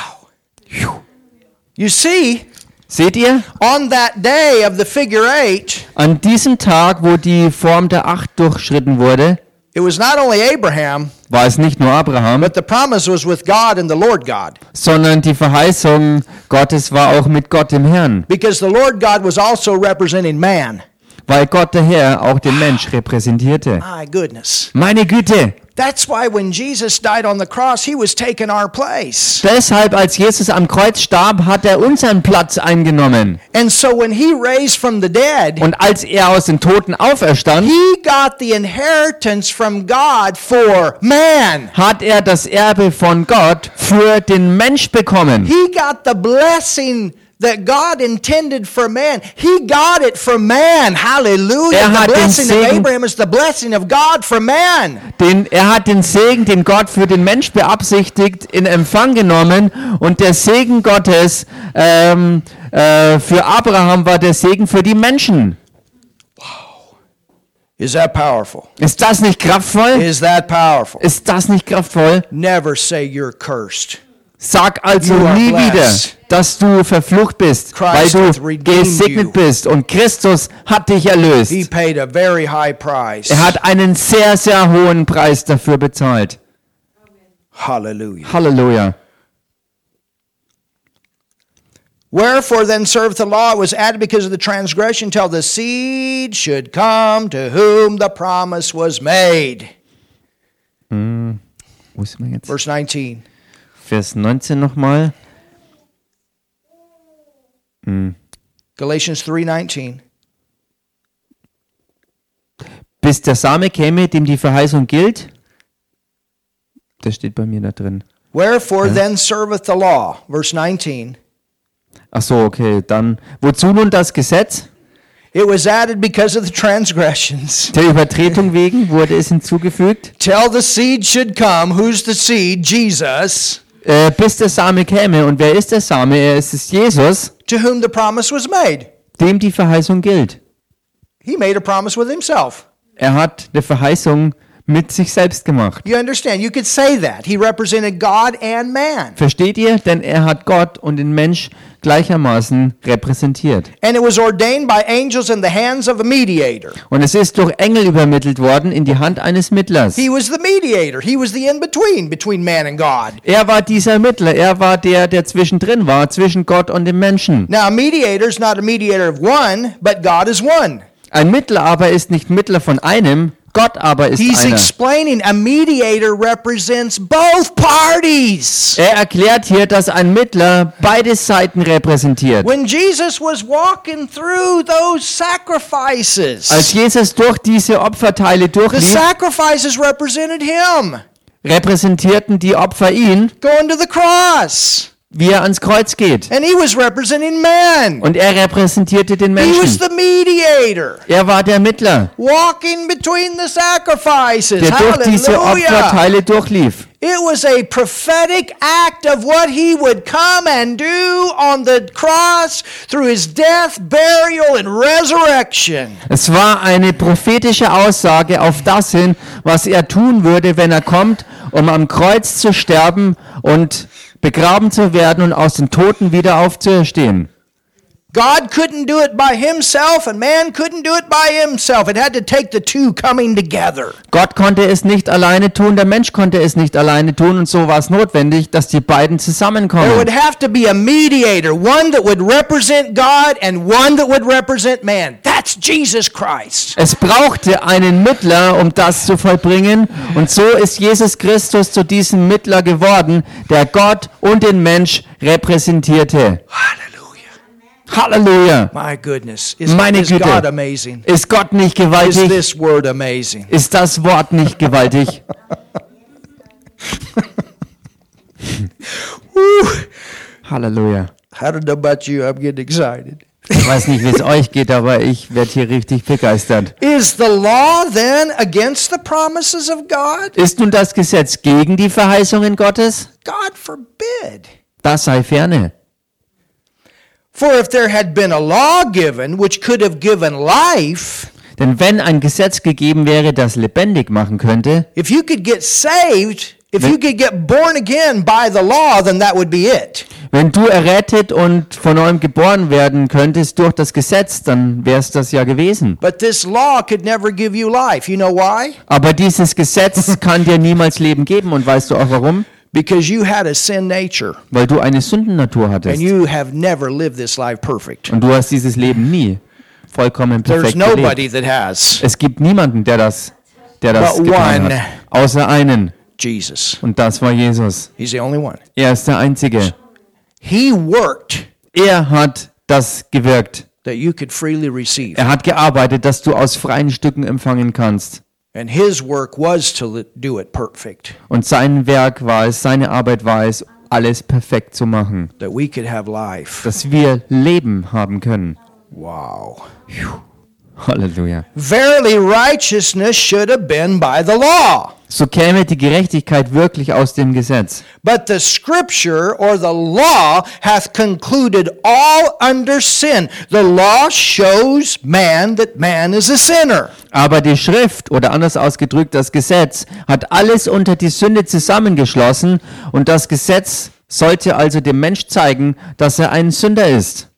[SPEAKER 1] You see,
[SPEAKER 2] Seht ihr?
[SPEAKER 1] on that day of the figure eight,
[SPEAKER 2] An diesem Tag, wo die Form der Acht durchschritten wurde,
[SPEAKER 1] it was not only Abraham,
[SPEAKER 2] war es nicht nur Abraham,
[SPEAKER 1] but the promise was with God and the Lord God.
[SPEAKER 2] sondern die Verheißung Gottes war auch mit Gott dem Herrn,
[SPEAKER 1] Because the Lord God was also representing man.
[SPEAKER 2] weil Gott der Herr auch den Mensch repräsentierte.
[SPEAKER 1] My goodness.
[SPEAKER 2] Meine Güte!
[SPEAKER 1] That's why when Jesus died on the cross, he was taking our place.
[SPEAKER 2] Deshalb, als Jesus am Kreuz starb, hat er unseren Platz eingenommen.
[SPEAKER 1] And so when he raised from the dead,
[SPEAKER 2] Und als er aus den Toten auferstand,
[SPEAKER 1] he got the inheritance from God for man.
[SPEAKER 2] hat er das Erbe von Gott für den Mensch bekommen.
[SPEAKER 1] He got the blessing that God intended for man. He got it for man. Hallelujah.
[SPEAKER 2] Er
[SPEAKER 1] the
[SPEAKER 2] hat den
[SPEAKER 1] blessing of
[SPEAKER 2] Segen-
[SPEAKER 1] Abraham is the blessing of God for man.
[SPEAKER 2] Den, er hat den Segen, den Gott für den Mensch beabsichtigt, in Empfang genommen und der Segen Gottes ähm, äh, für Abraham war der Segen für die Menschen.
[SPEAKER 1] Is that powerful?
[SPEAKER 2] Ist das nicht kraftvoll?
[SPEAKER 1] Is that powerful?
[SPEAKER 2] Ist das nicht kraftvoll?
[SPEAKER 1] Never say you're cursed.
[SPEAKER 2] Sag also
[SPEAKER 1] You are
[SPEAKER 2] nie wieder,
[SPEAKER 1] blessed.
[SPEAKER 2] dass du verflucht bist,
[SPEAKER 1] Christ
[SPEAKER 2] weil
[SPEAKER 1] hath
[SPEAKER 2] du
[SPEAKER 1] redeemed you.
[SPEAKER 2] gesegnet bist und Christus hat dich erlöst.
[SPEAKER 1] He paid a very high price.
[SPEAKER 2] Er hat einen sehr, sehr hohen Preis dafür bezahlt.
[SPEAKER 1] Hallelujah.
[SPEAKER 2] Halleluja.
[SPEAKER 1] Wherefore then serveth the law? It was added because of the transgression till the seed should come to whom the promise was made.
[SPEAKER 2] Wo sind wir jetzt?
[SPEAKER 1] Verse 19.
[SPEAKER 2] Vers 19 nochmal.
[SPEAKER 1] Galatians 3:19.
[SPEAKER 2] Bis der Same käme, dem die Verheißung gilt. Das steht bei mir da drin.
[SPEAKER 1] Wherefore then serveth the law? Verse 19.
[SPEAKER 2] Ach so, okay, dann. Wozu nun das Gesetz?
[SPEAKER 1] It was added because of the transgressions.
[SPEAKER 2] Der Übertretung wegen wurde es hinzugefügt.
[SPEAKER 1] Till the seed should come. Who's the seed? Jesus,
[SPEAKER 2] Äh, bis der Same käme. Und wer ist der Same? Er ist es Jesus,
[SPEAKER 1] to whom the promise was made.
[SPEAKER 2] dem die Verheißung gilt.
[SPEAKER 1] He made a promise with himself.
[SPEAKER 2] Er hat eine Verheißung mit sich selbst gemacht.
[SPEAKER 1] You understand? You could say that. He represented God and man.
[SPEAKER 2] Versteht ihr? Denn er hat Gott und den Mensch gleichermaßen repräsentiert.
[SPEAKER 1] And it was ordained by angels in the hands of a mediator.
[SPEAKER 2] Und es ist durch Engel übermittelt worden in die Hand eines Mittlers.
[SPEAKER 1] He was the mediator. He was the in between between man and God.
[SPEAKER 2] Er war dieser Mittler, er war der, der zwischendrin war, zwischen Gott und dem Menschen.
[SPEAKER 1] Now, a mediator is not a mediator of one, but God is one.
[SPEAKER 2] Ein Mittler aber ist nicht Mittler von einem, Gott aber ist
[SPEAKER 1] He's
[SPEAKER 2] einer.
[SPEAKER 1] explaining a mediator represents both parties.
[SPEAKER 2] Er erklärt hier, dass ein Mittler beide Seiten repräsentiert.
[SPEAKER 1] When Jesus was walking through those sacrifices,
[SPEAKER 2] Als Jesus durch diese Opferteile
[SPEAKER 1] the
[SPEAKER 2] durchlief,
[SPEAKER 1] sacrifices represented him
[SPEAKER 2] repräsentierten die Opfer ihn,
[SPEAKER 1] going to the cross.
[SPEAKER 2] wie er ans Kreuz geht.
[SPEAKER 1] And he was representing man.
[SPEAKER 2] Und er repräsentierte den
[SPEAKER 1] He was
[SPEAKER 2] Menschen.
[SPEAKER 1] the mediator.
[SPEAKER 2] Er war der Mittler,
[SPEAKER 1] Walking between the sacrifices.
[SPEAKER 2] der durch diese
[SPEAKER 1] Hallelujah.
[SPEAKER 2] Opferteile durchlief.
[SPEAKER 1] It was a prophetic act of what he would come and do on the cross through his death, burial, and resurrection.
[SPEAKER 2] Es war eine prophetische Aussage auf das hin, was er tun würde, wenn er kommt, um am Kreuz zu sterben und begraben zu werden und aus den Toten wieder aufzustehen.
[SPEAKER 1] God couldn't do it by himself, and man couldn't do it by himself. It had to take the two coming together.
[SPEAKER 2] Gott konnte es nicht alleine tun, der Mensch konnte es nicht alleine tun und so war es notwendig, dass die beiden
[SPEAKER 1] There would
[SPEAKER 2] zusammenkommen.
[SPEAKER 1] have to be a mediator, one that would represent God and one that would represent man. That's Jesus Christ.
[SPEAKER 2] Es brauchte einen Mittler, um das zu vollbringen und so ist Jesus Christus zu diesem Mittler geworden, der Gott und den Mensch repräsentierte.
[SPEAKER 1] Hallelujah.
[SPEAKER 2] Halleluja!
[SPEAKER 1] My goodness. Isn't
[SPEAKER 2] Meine
[SPEAKER 1] is
[SPEAKER 2] Güte.
[SPEAKER 1] God amazing?
[SPEAKER 2] Ist Gott nicht
[SPEAKER 1] Is
[SPEAKER 2] gewaltig?
[SPEAKER 1] this word amazing?
[SPEAKER 2] Ist das Wort nicht gewaltig? Halleluja.
[SPEAKER 1] I don't know about you, I'm getting excited.
[SPEAKER 2] Ich weiß nicht, wie es euch geht, aber ich werde hier richtig begeistert.
[SPEAKER 1] Is the law then against the promises of God?
[SPEAKER 2] Ist nun das Gesetz gegen die Verheißungen Gottes?
[SPEAKER 1] God forbid.
[SPEAKER 2] Das sei ferne.
[SPEAKER 1] For if there had been a law given which could have given life,
[SPEAKER 2] Denn wenn ein Gesetz gegeben wäre, das lebendig machen könnte,
[SPEAKER 1] if you could get saved, if you could get born again by the law, then that would be it.
[SPEAKER 2] wenn du errettet und von neuem geboren werden könntest durch das Gesetz, dann wäre es das ja gewesen.
[SPEAKER 1] But this law could never give you life. You know why?
[SPEAKER 2] Aber dieses Gesetz kann dir niemals Leben geben und weißt du auch warum?
[SPEAKER 1] Because you had a sin nature
[SPEAKER 2] Weil du eine Sündennatur hattest.
[SPEAKER 1] and you have never lived this life perfect.
[SPEAKER 2] Und du hast dieses Leben nie vollkommen
[SPEAKER 1] There's
[SPEAKER 2] perfekt gelebt.
[SPEAKER 1] nobody that has
[SPEAKER 2] Es gibt niemanden, der das, der das
[SPEAKER 1] But
[SPEAKER 2] getan
[SPEAKER 1] one.
[SPEAKER 2] hat, außer einen.
[SPEAKER 1] Jesus.
[SPEAKER 2] Und das war Jesus.
[SPEAKER 1] He's the only one.
[SPEAKER 2] Er ist der Einzige.
[SPEAKER 1] He worked
[SPEAKER 2] Er hat das gewirkt.
[SPEAKER 1] that you could freely receive.
[SPEAKER 2] Er hat gearbeitet, dass du aus freien Stücken empfangen kannst.
[SPEAKER 1] And his work was to li- do it perfect,
[SPEAKER 2] Und sein Werk war es, seine Arbeit war es, alles perfekt zu machen,
[SPEAKER 1] that we could have life.
[SPEAKER 2] dass wir Leben haben können.
[SPEAKER 1] Wow.
[SPEAKER 2] Halleluja.
[SPEAKER 1] Verily, righteousness should have been by the law.
[SPEAKER 2] So käme die Gerechtigkeit wirklich aus dem Gesetz.
[SPEAKER 1] But the scripture or the law hath concluded all under sin. The law shows man that man is a sinner.
[SPEAKER 2] Aber die Schrift oder anders ausgedrückt das Gesetz hat alles unter die Sünde zusammengeschlossen und das Gesetz sollte also dem Mensch zeigen, dass er ein Sünder ist.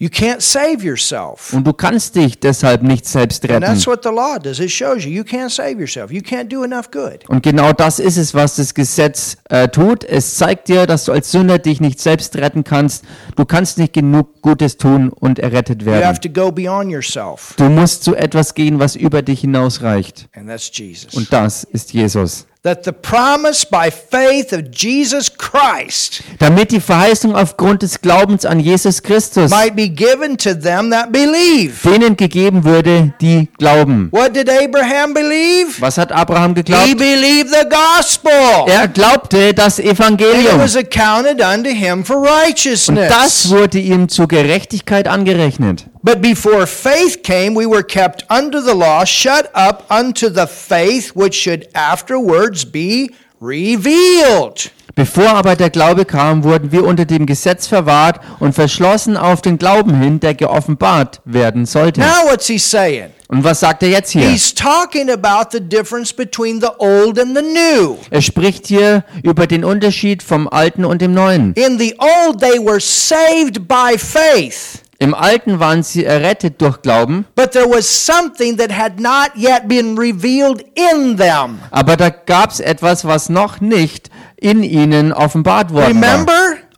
[SPEAKER 1] You can't save yourself.
[SPEAKER 2] Und du kannst dich deshalb nicht selbst
[SPEAKER 1] And
[SPEAKER 2] retten.
[SPEAKER 1] that's what the law does. It shows you you can't save yourself. You can't do enough good.
[SPEAKER 2] Und genau das ist es, was das Gesetz äh, tut. Es zeigt dir, dass du als Sünder dich nicht selbst retten kannst. Du kannst nicht genug Gutes tun und errettet
[SPEAKER 1] You have
[SPEAKER 2] werden.
[SPEAKER 1] to go beyond yourself.
[SPEAKER 2] Du musst zu etwas gehen, was über dich hinausreicht.
[SPEAKER 1] And that's Jesus.
[SPEAKER 2] Und das ist Jesus.
[SPEAKER 1] that the promise by faith of Jesus Christ
[SPEAKER 2] Damit die Verheißung aufgrund des Glaubens an Jesus Christus
[SPEAKER 1] might be given to them that believe.
[SPEAKER 2] denen gegeben würde, die glauben.
[SPEAKER 1] What did Abraham believe?
[SPEAKER 2] Was hat Abraham
[SPEAKER 1] He
[SPEAKER 2] geglaubt?
[SPEAKER 1] believed the gospel.
[SPEAKER 2] Er glaubte das
[SPEAKER 1] And it
[SPEAKER 2] Evangelium.
[SPEAKER 1] was accounted unto him for
[SPEAKER 2] Das
[SPEAKER 1] righteousness.
[SPEAKER 2] wurde ihm zur Gerechtigkeit angerechnet.
[SPEAKER 1] But before faith came, we were kept under the law, shut up unto the faith which should afterwards be revealed.
[SPEAKER 2] Bevor aber der Glaube kam, wurden wir unter dem Gesetz verwahrt und verschlossen auf den Glauben hin, der geoffenbart werden sollte.
[SPEAKER 1] Now, what's he saying?
[SPEAKER 2] Und was sagt er jetzt hier?
[SPEAKER 1] He's talking about the difference between the old and the new.
[SPEAKER 2] Er spricht hier über den Unterschied vom Alten und dem Neuen.
[SPEAKER 1] In the old, they were saved by faith,
[SPEAKER 2] Im Alten waren sie errettet durch Glauben,
[SPEAKER 1] but there was something that had not yet been revealed in them.
[SPEAKER 2] aber da gab es etwas, was noch nicht in ihnen offenbart
[SPEAKER 1] Uh-huh.
[SPEAKER 2] worden war.
[SPEAKER 1] Remember?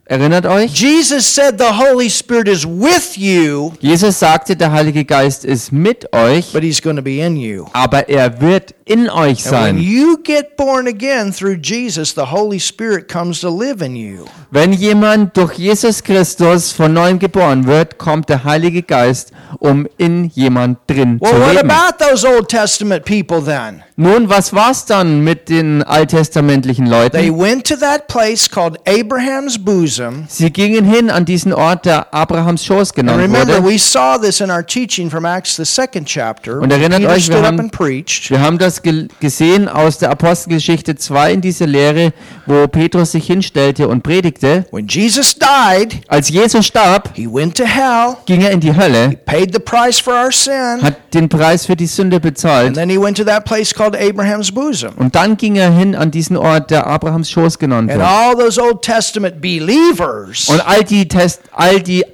[SPEAKER 2] Erinnert euch?
[SPEAKER 1] Jesus said the Holy Spirit is with you,
[SPEAKER 2] Jesus sagte, der Heilige Geist ist mit euch,
[SPEAKER 1] but he's going to be in you.
[SPEAKER 2] aber er wird in euch
[SPEAKER 1] And when
[SPEAKER 2] sein.
[SPEAKER 1] you get born again through Jesus, the Holy Spirit comes to live in you.
[SPEAKER 2] Wenn jemand durch Jesus Christus von neuem geboren wird, kommt der Heilige Geist, um in jemand drin zu
[SPEAKER 1] Well, what
[SPEAKER 2] leben.
[SPEAKER 1] about those Old Testament people then?
[SPEAKER 2] Nun, was war's dann mit den alttestamentlichen
[SPEAKER 1] They
[SPEAKER 2] Leuten?
[SPEAKER 1] went to that place called Abraham's bosom.
[SPEAKER 2] Sie gingen hin an diesen Ort, der Abrahams Schoß
[SPEAKER 1] And
[SPEAKER 2] genannt
[SPEAKER 1] remember,
[SPEAKER 2] wurde.
[SPEAKER 1] we saw this in our teaching from Acts, the second chapter.
[SPEAKER 2] Und erinnert
[SPEAKER 1] Peter
[SPEAKER 2] euch, wir
[SPEAKER 1] stood up
[SPEAKER 2] haben-
[SPEAKER 1] and preached.
[SPEAKER 2] Wir haben das ge gesehen aus der Apostelgeschichte 2 in dieser Lehre, wo Petrus sich hinstellte und predigte.
[SPEAKER 1] When Jesus died,
[SPEAKER 2] Als Jesus starb,
[SPEAKER 1] he went to hell,
[SPEAKER 2] ging er in die Hölle.
[SPEAKER 1] paid paid the price for our sin.
[SPEAKER 2] hat den Preis für die Sünde
[SPEAKER 1] And
[SPEAKER 2] bezahlt.
[SPEAKER 1] then he went to that place called Abraham's bosom.
[SPEAKER 2] Und dann ging er hin an diesen Ort, der Abrahams Schoß genannt
[SPEAKER 1] And
[SPEAKER 2] wird.
[SPEAKER 1] all those Old Testament believers
[SPEAKER 2] Und all die, Test, all die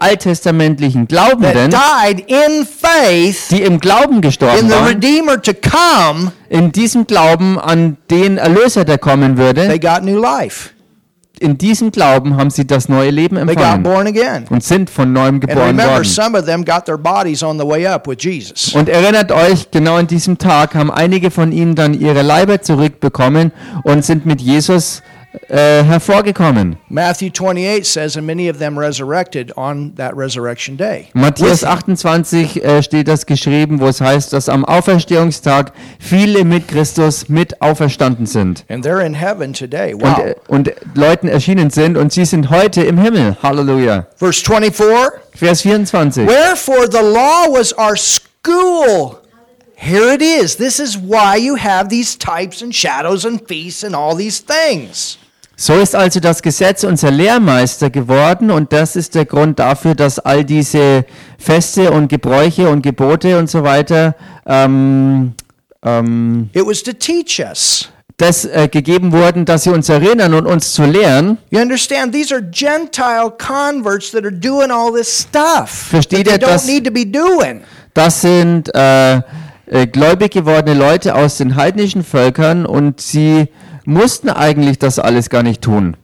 [SPEAKER 1] that
[SPEAKER 2] alttestamentlichen Glaubenden,
[SPEAKER 1] died in faith
[SPEAKER 2] die im Glauben
[SPEAKER 1] in
[SPEAKER 2] gestorben
[SPEAKER 1] the
[SPEAKER 2] waren,
[SPEAKER 1] Redeemer to come,
[SPEAKER 2] in diesem Glauben an den Erlöser, der kommen
[SPEAKER 1] they
[SPEAKER 2] würde,
[SPEAKER 1] got new life.
[SPEAKER 2] in diesem Glauben haben sie das neue Leben
[SPEAKER 1] They got
[SPEAKER 2] empfangen
[SPEAKER 1] born again.
[SPEAKER 2] und sind von neuem
[SPEAKER 1] And
[SPEAKER 2] geboren
[SPEAKER 1] remember,
[SPEAKER 2] worden.
[SPEAKER 1] some of them got their bodies on the way up with Jesus.
[SPEAKER 2] Und erinnert euch, genau an diesem Tag haben einige von ihnen dann ihre Leiber zurückbekommen und sind mit Jesus äh, hervorgekommen.
[SPEAKER 1] Matthew 28 says, and many of them resurrected on that resurrection day.
[SPEAKER 2] Matthäus 28 äh, steht das geschrieben, wo es heißt, dass am Auferstehungstag viele mit Christus mit auferstanden sind
[SPEAKER 1] And they're in heaven today.
[SPEAKER 2] und,
[SPEAKER 1] Wow.
[SPEAKER 2] äh, und Leuten erschienen sind und sie sind heute im Himmel. Halleluja.
[SPEAKER 1] Verse 24.
[SPEAKER 2] Vers 24.
[SPEAKER 1] Wherefore the law was our school. Here it is. This is why you have these types and shadows and feasts and all these things.
[SPEAKER 2] So ist also das Gesetz unser Lehrmeister geworden und das ist der Grund dafür, dass all diese Feste und Gebräuche und Gebote und so weiter, ähm, ähm,
[SPEAKER 1] It was to teach us.
[SPEAKER 2] das äh, gegeben wurden, dass sie uns erinnern und uns zu lehren.
[SPEAKER 1] You understand? These are Gentile converts that are doing all this stuff that
[SPEAKER 2] Versteht
[SPEAKER 1] they
[SPEAKER 2] ihr
[SPEAKER 1] don't
[SPEAKER 2] das?
[SPEAKER 1] need to be doing.
[SPEAKER 2] Das sind äh, äh, gläubig gewordene Leute aus den heidnischen Völkern und sie mussten eigentlich das alles gar nicht tun.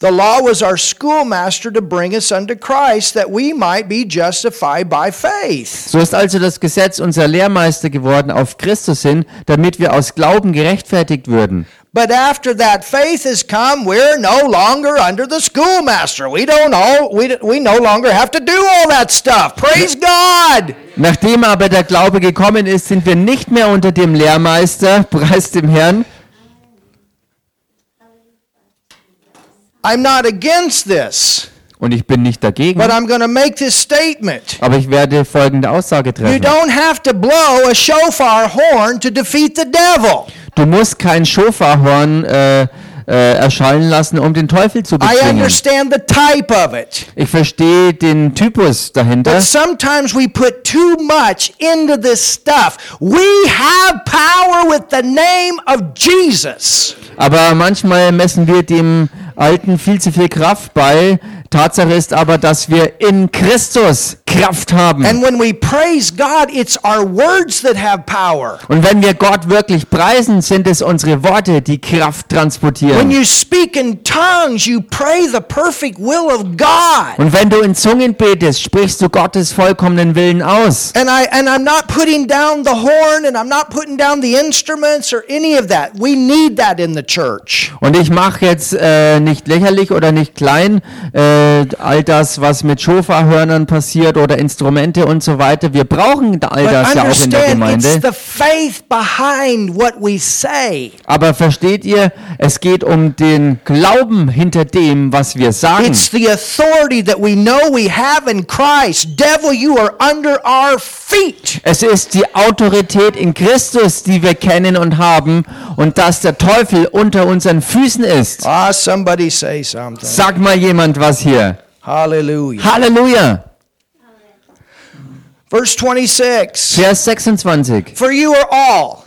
[SPEAKER 1] The law was our schoolmaster to bring us unto Christ that we might be justified by faith.
[SPEAKER 2] So ist also das Gesetz unser Lehrmeister geworden auf Christus hin, damit wir aus Glauben gerechtfertigt würden.
[SPEAKER 1] But after that faith has come, we're no longer under the schoolmaster. We don't know, we, we no longer have to do all that stuff. Praise God.
[SPEAKER 2] Nachdem aber der Glaube gekommen ist, sind wir nicht mehr unter dem Lehrmeister, preis dem Herrn.
[SPEAKER 1] I'm not against this,
[SPEAKER 2] Und ich bin nicht dagegen,
[SPEAKER 1] but I'm going to make this statement.
[SPEAKER 2] aber ich werde folgende Aussage
[SPEAKER 1] You
[SPEAKER 2] treffen.
[SPEAKER 1] don't have to blow a shofar horn to defeat the devil.
[SPEAKER 2] Du musst kein Schofarhorn äh, äh, erschallen lassen, um den Teufel zu
[SPEAKER 1] I
[SPEAKER 2] bezwingen.
[SPEAKER 1] understand the type of it.
[SPEAKER 2] Ich verstehe den Typus
[SPEAKER 1] But
[SPEAKER 2] dahinter,
[SPEAKER 1] sometimes we put too much into this stuff. We have power with the name of Jesus.
[SPEAKER 2] aber manchmal messen wir dem Alten viel zu viel Kraft bei. Tatsache ist aber, dass wir in Christus Kraft haben.
[SPEAKER 1] And when we praise God, it's our words that have power.
[SPEAKER 2] Und wenn wir Gott wirklich preisen, sind es unsere Worte, die Kraft
[SPEAKER 1] When
[SPEAKER 2] transportieren.
[SPEAKER 1] you speak in tongues, you pray the perfect will of God.
[SPEAKER 2] Und wenn du in Zungen betest, sprichst du Gottes vollkommenen Willen aus.
[SPEAKER 1] And I and I'm not putting down the horn and I'm not putting down the instruments or any of that. We need that in the church.
[SPEAKER 2] Und ich mache jetzt äh, nicht lächerlich oder nicht klein äh, all das, was mit Schofarhörnern passiert oder Instrumente und so weiter. Wir brauchen da all
[SPEAKER 1] But
[SPEAKER 2] das ja auch in der
[SPEAKER 1] understand
[SPEAKER 2] Gemeinde.
[SPEAKER 1] it's the faith behind what we say.
[SPEAKER 2] Aber versteht ihr, es geht um den Glauben hinter dem, was wir sagen.
[SPEAKER 1] It's the authority that we know we have in Christ. Devil, you are under our feet.
[SPEAKER 2] Es ist die Autorität in Christus, die wir kennen und haben und dass der Teufel unter unseren Füßen ist.
[SPEAKER 1] Ah, somebody say something.
[SPEAKER 2] Sag mal jemand was hier.
[SPEAKER 1] Hallelujah.
[SPEAKER 2] Halleluja.
[SPEAKER 1] Verse 26.
[SPEAKER 2] Vers 26.
[SPEAKER 1] For you are all.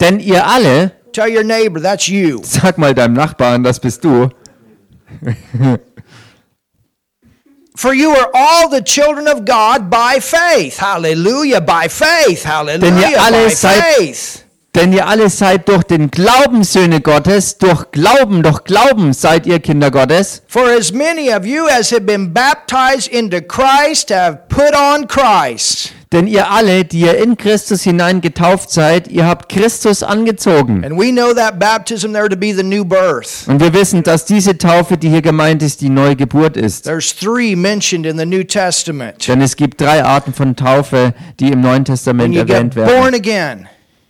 [SPEAKER 2] Denn ihr alle,
[SPEAKER 1] Tell your neighbor, that's you.
[SPEAKER 2] sag mal deinem Nachbarn, das bist du,
[SPEAKER 1] For you are all the children of God by faith. Hallelujah. By faith. Hallelujah. By
[SPEAKER 2] alle seid-
[SPEAKER 1] faith.
[SPEAKER 2] denn ihr alle seid durch den Glauben Söhne Gottes, durch Glauben, durch Glauben seid ihr Kinder Gottes.
[SPEAKER 1] For as many of you as have been baptized into Christ have put on Christ.
[SPEAKER 2] Denn ihr alle, die ihr in Christus hinein getauft seid, ihr habt Christus angezogen.
[SPEAKER 1] And we know that baptism there to be the new birth.
[SPEAKER 2] Und wir wissen, dass diese Taufe, die hier gemeint ist, die Neugeburt ist.
[SPEAKER 1] There's three mentioned in the New Testament.
[SPEAKER 2] Denn es gibt drei Arten von Taufe, die im Neuen
[SPEAKER 1] When
[SPEAKER 2] Testament
[SPEAKER 1] you get
[SPEAKER 2] erwähnt werden.
[SPEAKER 1] born again,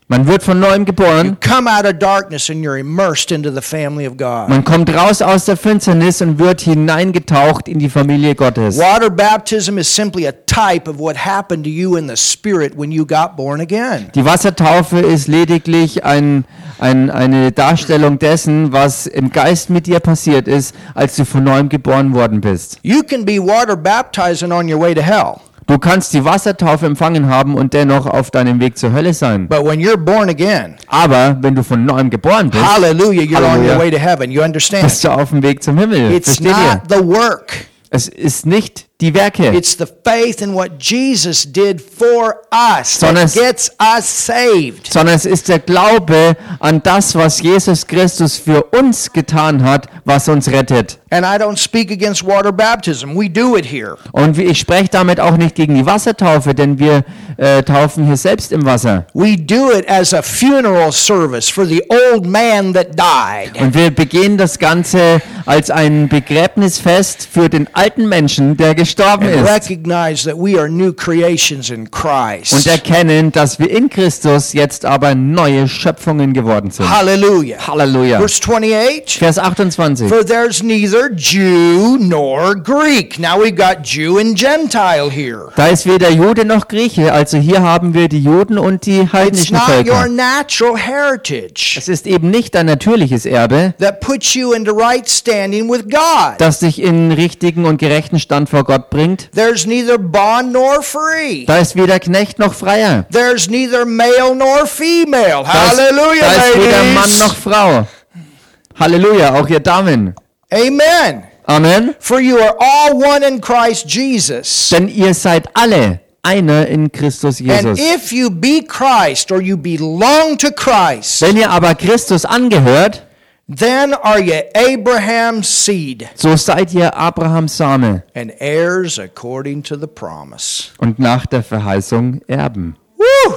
[SPEAKER 2] Man wird von neuem geboren,
[SPEAKER 1] come out of darkness and you're immersed into the family of God.
[SPEAKER 2] man kommt raus aus der Finsternis und wird hineingetaucht in die Familie Gottes.
[SPEAKER 1] Water baptism is simply a type of what happened to you in the spirit when you got born again.
[SPEAKER 2] Die Wassertaufe ist lediglich ein, ein, eine Darstellung dessen, was im Geist mit dir passiert ist, als du von neuem geboren worden bist.
[SPEAKER 1] You can be water baptizing on your way to hell.
[SPEAKER 2] Du kannst die Wassertaufe empfangen haben und dennoch auf deinem Weg zur Hölle sein.
[SPEAKER 1] But when you're born again,
[SPEAKER 2] Aber wenn du von neuem geboren bist,
[SPEAKER 1] hallelujah, you're on your
[SPEAKER 2] Hallelujah.
[SPEAKER 1] way to heaven. You understand?
[SPEAKER 2] bist du auf dem Weg zum Himmel.
[SPEAKER 1] It's
[SPEAKER 2] Versteht ihr?
[SPEAKER 1] not the work.
[SPEAKER 2] Es ist nicht die Werke,
[SPEAKER 1] It's the faith in what Jesus did for us
[SPEAKER 2] Sondern
[SPEAKER 1] that
[SPEAKER 2] es-
[SPEAKER 1] gets us saved.
[SPEAKER 2] sondern es ist der Glaube an das, was Jesus Christus für uns getan hat, was uns rettet.
[SPEAKER 1] And I don't speak against water baptism. We do it here.
[SPEAKER 2] Und ich spreche damit auch nicht gegen die Wassertaufe, denn wir äh, taufen hier selbst im Wasser.
[SPEAKER 1] We do it as a funeral service for the old man that died.
[SPEAKER 2] Und wir begehen das Ganze als ein Begräbnisfest für den alten Menschen, der gestorben
[SPEAKER 1] And
[SPEAKER 2] ist.
[SPEAKER 1] recognize that we are new creations in
[SPEAKER 2] Und
[SPEAKER 1] Christ.
[SPEAKER 2] erkennen, dass wir in Christus jetzt aber neue Schöpfungen geworden sind.
[SPEAKER 1] Hallelujah.
[SPEAKER 2] Halleluja.
[SPEAKER 1] Verse 28.
[SPEAKER 2] Vers 28.
[SPEAKER 1] For there's neither Jew nor Greek. Now we've got Jew and Gentile here.
[SPEAKER 2] Da ist weder Jude noch Grieche, also hier haben wir die Juden und die
[SPEAKER 1] It's
[SPEAKER 2] heidnischen
[SPEAKER 1] not your
[SPEAKER 2] Völker.
[SPEAKER 1] natural heritage
[SPEAKER 2] Es ist eben nicht dein natürliches Erbe,
[SPEAKER 1] that puts you into right standing with God.
[SPEAKER 2] das dich in richtigen und gerechten Stand vor Gott bringt.
[SPEAKER 1] There's neither bond nor free.
[SPEAKER 2] Da ist weder Knecht noch Freier.
[SPEAKER 1] There's neither male nor female.
[SPEAKER 2] Da ist,
[SPEAKER 1] Hallelujah,
[SPEAKER 2] da ist weder Mann
[SPEAKER 1] ladies.
[SPEAKER 2] noch Frau. Halleluja, auch ihr Damen.
[SPEAKER 1] Amen.
[SPEAKER 2] Amen.
[SPEAKER 1] For you are all one in Christ Jesus.
[SPEAKER 2] Denn ihr seid alle einer in Christus
[SPEAKER 1] And
[SPEAKER 2] Jesus.
[SPEAKER 1] if you be Christ or you belong to Christ,
[SPEAKER 2] Wenn ihr aber Christus angehört,
[SPEAKER 1] then are ye Abraham's seed.
[SPEAKER 2] so seid ihr Abrahams Same
[SPEAKER 1] and heirs according to the promise.
[SPEAKER 2] und nach der Verheißung Erben.
[SPEAKER 1] Woo!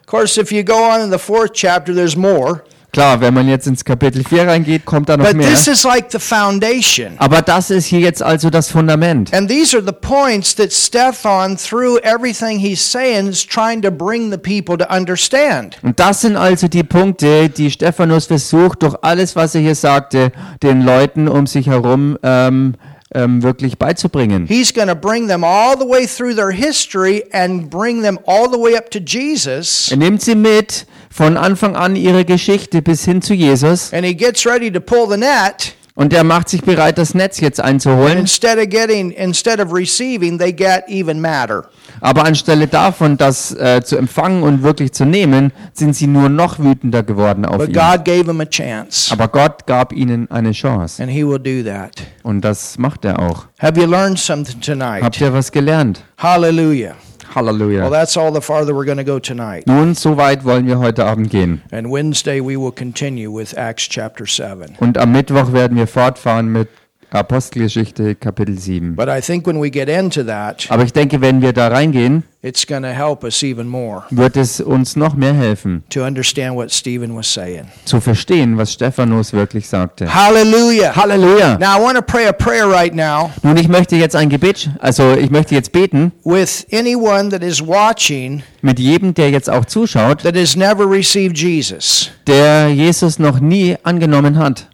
[SPEAKER 1] Of course, if you go on in the fourth chapter, there's more.
[SPEAKER 2] Klar, wenn man jetzt ins Kapitel 4 reingeht, kommt da noch
[SPEAKER 1] But
[SPEAKER 2] mehr.
[SPEAKER 1] this is like the foundation.
[SPEAKER 2] Aber das ist hier jetzt also das Fundament.
[SPEAKER 1] And these are the points that Stefan, through everything he's saying, is trying to bring the people to understand.
[SPEAKER 2] Und das sind also die Punkte, die Stephanus versucht, durch alles, was er hier sagte, den Leuten um sich herum ähm, ähm, wirklich beizubringen.
[SPEAKER 1] He's going to bring them all the way through their history and bring them all the way up to Jesus.
[SPEAKER 2] Er nimmt sie mit von Anfang an ihre Geschichte bis hin zu Jesus
[SPEAKER 1] And he gets ready to pull the net.
[SPEAKER 2] und er macht sich bereit, das Netz jetzt einzuholen.
[SPEAKER 1] Instead of getting, instead of receiving, they get even madder.
[SPEAKER 2] Aber anstelle davon, das äh, zu empfangen und wirklich zu nehmen, sind sie nur noch wütender geworden auf
[SPEAKER 1] But
[SPEAKER 2] ihn.
[SPEAKER 1] God gave them a chance.
[SPEAKER 2] Aber Gott gab ihnen eine Chance
[SPEAKER 1] And he will do that.
[SPEAKER 2] und das macht er auch.
[SPEAKER 1] Have you learned something tonight?
[SPEAKER 2] Habt ihr was gelernt?
[SPEAKER 1] Hallelujah.
[SPEAKER 2] Halleluja.
[SPEAKER 1] Well, that's all the farther we're going to go tonight.
[SPEAKER 2] Nun, so weit wollen wir heute Abend gehen.
[SPEAKER 1] And Wednesday we will continue with Acts chapter 7.
[SPEAKER 2] Und am Mittwoch werden wir fortfahren mit Apostelgeschichte Kapitel 7.
[SPEAKER 1] But I think when we get into that,
[SPEAKER 2] Aber ich denke, wenn wir da reingehen,
[SPEAKER 1] it's going to help us even more
[SPEAKER 2] wird es uns noch mehr helfen,
[SPEAKER 1] to understand what Stephen was saying.
[SPEAKER 2] zu verstehen, was Stephanus wirklich sagte.
[SPEAKER 1] Hallelujah.
[SPEAKER 2] Halleluja!
[SPEAKER 1] Now I want to pray a prayer right now
[SPEAKER 2] Nun, ich möchte jetzt ein Gebet, sch- also ich möchte jetzt beten
[SPEAKER 1] with anyone that is watching
[SPEAKER 2] mit jedem, der jetzt auch zuschaut,
[SPEAKER 1] that has never received Jesus.
[SPEAKER 2] der Jesus noch nie angenommen hat.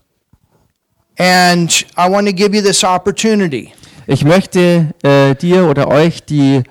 [SPEAKER 1] And I want to give you this opportunity.
[SPEAKER 2] Ich möchte äh, dir oder euch die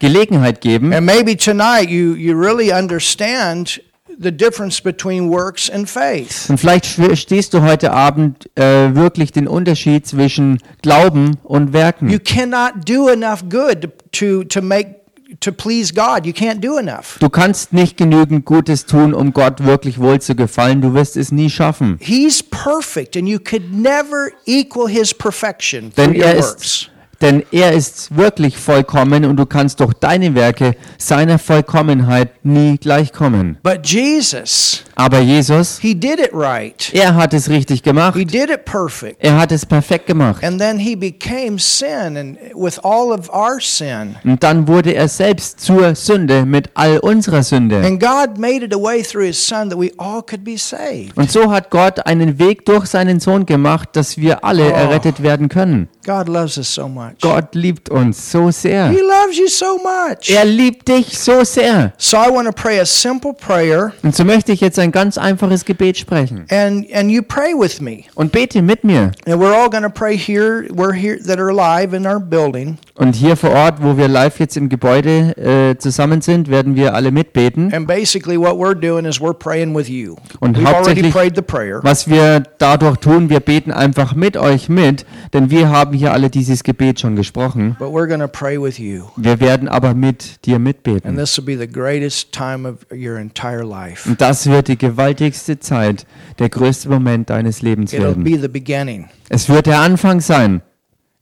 [SPEAKER 2] Gelegenheit geben,
[SPEAKER 1] And maybe tonight you, you really understand the difference between works and faith.
[SPEAKER 2] Und vielleicht verstehst du heute Abend äh, wirklich den Unterschied zwischen Glauben und
[SPEAKER 1] You
[SPEAKER 2] Werken.
[SPEAKER 1] cannot do enough good to, to, to make to please God. You can't do enough.
[SPEAKER 2] Du kannst nicht genügend Gutes tun, um Gott wirklich wohl zu gefallen. Du wirst es nie schaffen.
[SPEAKER 1] He's perfect and you could never equal his perfection through
[SPEAKER 2] Denn
[SPEAKER 1] your
[SPEAKER 2] er ist,
[SPEAKER 1] works.
[SPEAKER 2] denn er ist wirklich vollkommen und du kannst durch deine Werke seiner Vollkommenheit nie gleichkommen.
[SPEAKER 1] But Jesus,
[SPEAKER 2] Aber Jesus,
[SPEAKER 1] he did it right.
[SPEAKER 2] er hat es richtig gemacht.
[SPEAKER 1] He did it perfect.
[SPEAKER 2] Er hat es perfekt gemacht.
[SPEAKER 1] And then he became sin and with all of our sin.
[SPEAKER 2] Und dann wurde er selbst zur Sünde mit all unserer Sünde.
[SPEAKER 1] And God made it a way through his son that we all could be saved.
[SPEAKER 2] Und so hat Gott einen Weg durch seinen Sohn gemacht, dass wir alle errettet werden können.
[SPEAKER 1] God loves us so much.
[SPEAKER 2] Oh. Gott liebt uns so sehr.
[SPEAKER 1] He loves you so much.
[SPEAKER 2] Er liebt dich so sehr.
[SPEAKER 1] So I want to pray a simple prayer
[SPEAKER 2] Und so möchte ich jetzt ein ganz einfaches Gebet sprechen.
[SPEAKER 1] and and you pray with me.
[SPEAKER 2] Und bete mit mir.
[SPEAKER 1] And we're all going to pray here, we're here that are alive in our building.
[SPEAKER 2] Und hier vor Ort, wo wir live jetzt im Gebäude äh, zusammen sind, werden wir alle mitbeten.
[SPEAKER 1] And basically, what we're doing is we're praying with you.
[SPEAKER 2] Und
[SPEAKER 1] We've already
[SPEAKER 2] hauptsächlich-
[SPEAKER 1] prayed the prayer.
[SPEAKER 2] Was wir dadurch tun, wir beten einfach mit euch mit, denn wir haben hier alle dieses Gebet schon gesprochen.
[SPEAKER 1] But we're going to pray with you.
[SPEAKER 2] Wir werden aber mit dir mitbeten.
[SPEAKER 1] And this will be the greatest time of your entire life.
[SPEAKER 2] Und das wird die gewaltigste Zeit, der größte Moment deines Lebens
[SPEAKER 1] It'll
[SPEAKER 2] werden.
[SPEAKER 1] be the beginning.
[SPEAKER 2] Es wird der Anfang sein.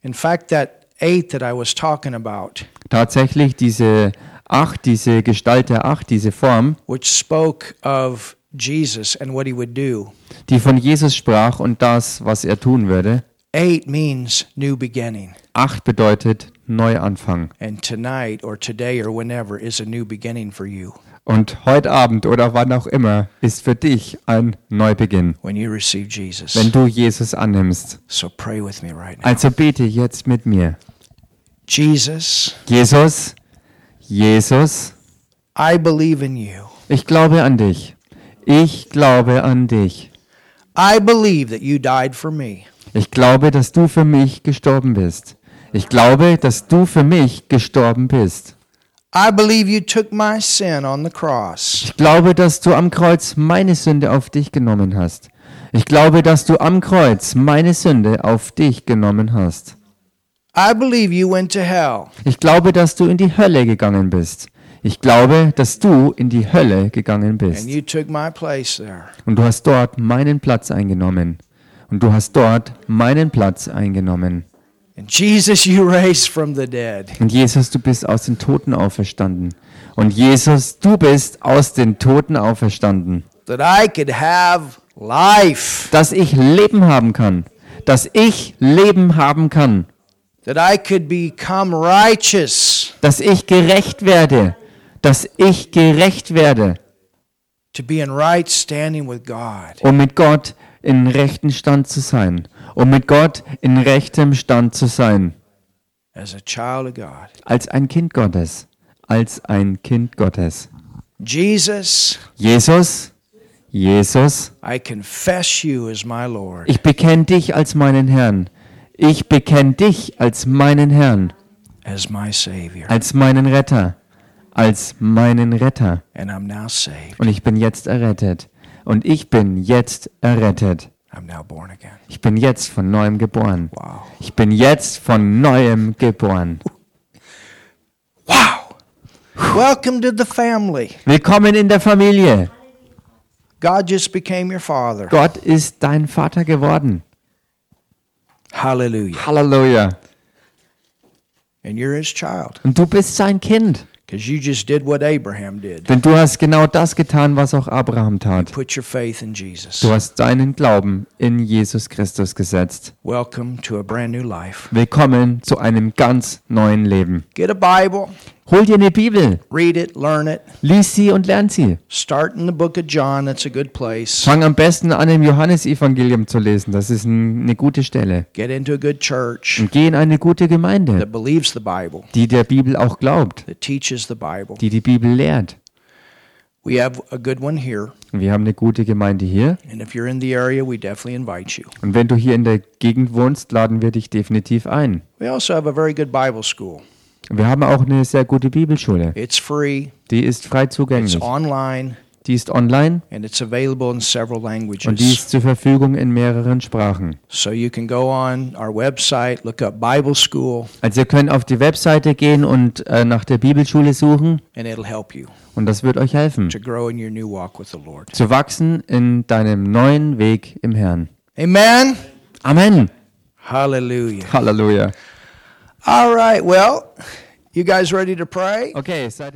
[SPEAKER 1] In fact, that eight that I was talking about,
[SPEAKER 2] Tatsächlich diese Acht, diese Gestalt der Acht, diese Form,
[SPEAKER 1] which spoke of Jesus and what he would do,
[SPEAKER 2] die von Jesus sprach und das, was er tun würde.
[SPEAKER 1] eight means new beginning.
[SPEAKER 2] Acht bedeutet Neuanfang.
[SPEAKER 1] And tonight or today or whenever is a new beginning for you
[SPEAKER 2] Und heute Abend oder wann auch immer ist für dich ein Neubeginn,
[SPEAKER 1] when you receive Jesus.
[SPEAKER 2] wenn du Jesus annimmst.
[SPEAKER 1] So pray with me right now.
[SPEAKER 2] Also bete jetzt mit mir.
[SPEAKER 1] Jesus,
[SPEAKER 2] Jesus, Jesus,
[SPEAKER 1] I believe in you.
[SPEAKER 2] ich glaube an dich. Ich glaube an dich.
[SPEAKER 1] I believe that you died for me.
[SPEAKER 2] Ich glaube, dass du für mich gestorben bist. Ich glaube, dass du für mich gestorben bist.
[SPEAKER 1] I believe you took my sin on the cross.
[SPEAKER 2] Ich glaube, dass du am Kreuz meine Sünde auf dich genommen hast. Ich glaube, dass du am Kreuz meine Sünde auf dich genommen hast.
[SPEAKER 1] I believe you went to hell
[SPEAKER 2] Ich glaube, dass du in die Hölle gegangen bist. Ich glaube, dass du in die Hölle gegangen
[SPEAKER 1] and
[SPEAKER 2] bist.
[SPEAKER 1] you took my place there.
[SPEAKER 2] Und du hast dort meinen Platz eingenommen. Und du hast dort meinen Platz eingenommen.
[SPEAKER 1] And Jesus, you raised from the dead.
[SPEAKER 2] Und Jesus, du bist aus den Toten auferstanden. Und Jesus, du bist aus den Toten auferstanden.
[SPEAKER 1] That I could have life.
[SPEAKER 2] Dass ich Leben haben kann. Dass ich Leben haben kann.
[SPEAKER 1] That I could become righteous.
[SPEAKER 2] Dass ich gerecht werde. Dass ich gerecht werde.
[SPEAKER 1] To be in right standing with God.
[SPEAKER 2] um mit Gott in rechten Stand zu sein, um mit Gott in rechtem Stand zu sein,
[SPEAKER 1] As a child of God.
[SPEAKER 2] als ein Kind Gottes, als ein Kind Gottes.
[SPEAKER 1] Jesus,
[SPEAKER 2] Jesus, Jesus,
[SPEAKER 1] I confess you as my Lord.
[SPEAKER 2] ich bekenne dich als meinen Herrn. Ich bekenne dich als meinen Herrn,
[SPEAKER 1] As my Savior.
[SPEAKER 2] als meinen Retter, als meinen Retter.
[SPEAKER 1] And I'm now saved.
[SPEAKER 2] Und ich bin jetzt errettet. Und ich bin jetzt errettet.
[SPEAKER 1] I'm now born again.
[SPEAKER 2] Ich bin jetzt von neuem geboren.
[SPEAKER 1] Wow.
[SPEAKER 2] Ich bin jetzt von neuem geboren.
[SPEAKER 1] Wow. Welcome to the family.
[SPEAKER 2] Willkommen in der Familie.
[SPEAKER 1] God just became your father.
[SPEAKER 2] Gott ist dein Vater geworden.
[SPEAKER 1] Hallelujah.
[SPEAKER 2] Halleluja.
[SPEAKER 1] And you're his child
[SPEAKER 2] Und du bist sein Kind.
[SPEAKER 1] because you just did what Abraham did.
[SPEAKER 2] Denn du hast genau das getan, was auch Abraham tat.
[SPEAKER 1] Put your faith in Jesus.
[SPEAKER 2] Du hast deinen Glauben in Jesus Christus gesetzt.
[SPEAKER 1] Welcome to a brand new life.
[SPEAKER 2] Willkommen zu einem ganz neuen Leben.
[SPEAKER 1] Get a Bible,
[SPEAKER 2] Hol dir eine Bibel,
[SPEAKER 1] read it, learn it.
[SPEAKER 2] lies sie und lern sie.
[SPEAKER 1] Start in the book of John, that's a good place.
[SPEAKER 2] Fang am besten an, im Johannesevangelium zu lesen. Das ist ein, eine gute Stelle.
[SPEAKER 1] Get into a good church
[SPEAKER 2] Und geh in eine gute Gemeinde,
[SPEAKER 1] that believes the Bible,
[SPEAKER 2] die der Bibel auch glaubt,
[SPEAKER 1] that teaches the Bible.
[SPEAKER 2] die die Bibel lehrt.
[SPEAKER 1] We have a good one here,
[SPEAKER 2] Und wir haben eine gute Gemeinde hier.
[SPEAKER 1] and if you're in the area, we definitely invite you.
[SPEAKER 2] Und wenn du hier in der Gegend wohnst, laden wir dich definitiv ein.
[SPEAKER 1] We also have a very good Bible school.
[SPEAKER 2] Wir haben auch eine sehr gute Bibelschule.
[SPEAKER 1] It's free,
[SPEAKER 2] Die ist frei
[SPEAKER 1] it's
[SPEAKER 2] zugänglich.
[SPEAKER 1] online,
[SPEAKER 2] Die ist online
[SPEAKER 1] and it's available in several
[SPEAKER 2] und die
[SPEAKER 1] languages.
[SPEAKER 2] ist zur Verfügung in mehreren Sprachen.
[SPEAKER 1] So you can go on our website, look up Bible school,
[SPEAKER 2] Also ihr könnt auf die Webseite gehen und äh, nach der Bibelschule suchen
[SPEAKER 1] and it'll help you
[SPEAKER 2] und das wird euch helfen,
[SPEAKER 1] to grow in your new walk with the Lord.
[SPEAKER 2] zu wachsen in deinem neuen Weg im Herrn.
[SPEAKER 1] Amen.
[SPEAKER 2] Amen.
[SPEAKER 1] Hallelujah.
[SPEAKER 2] Halleluja.
[SPEAKER 1] All right. Well, you guys ready to pray?
[SPEAKER 2] Okay, seid ihr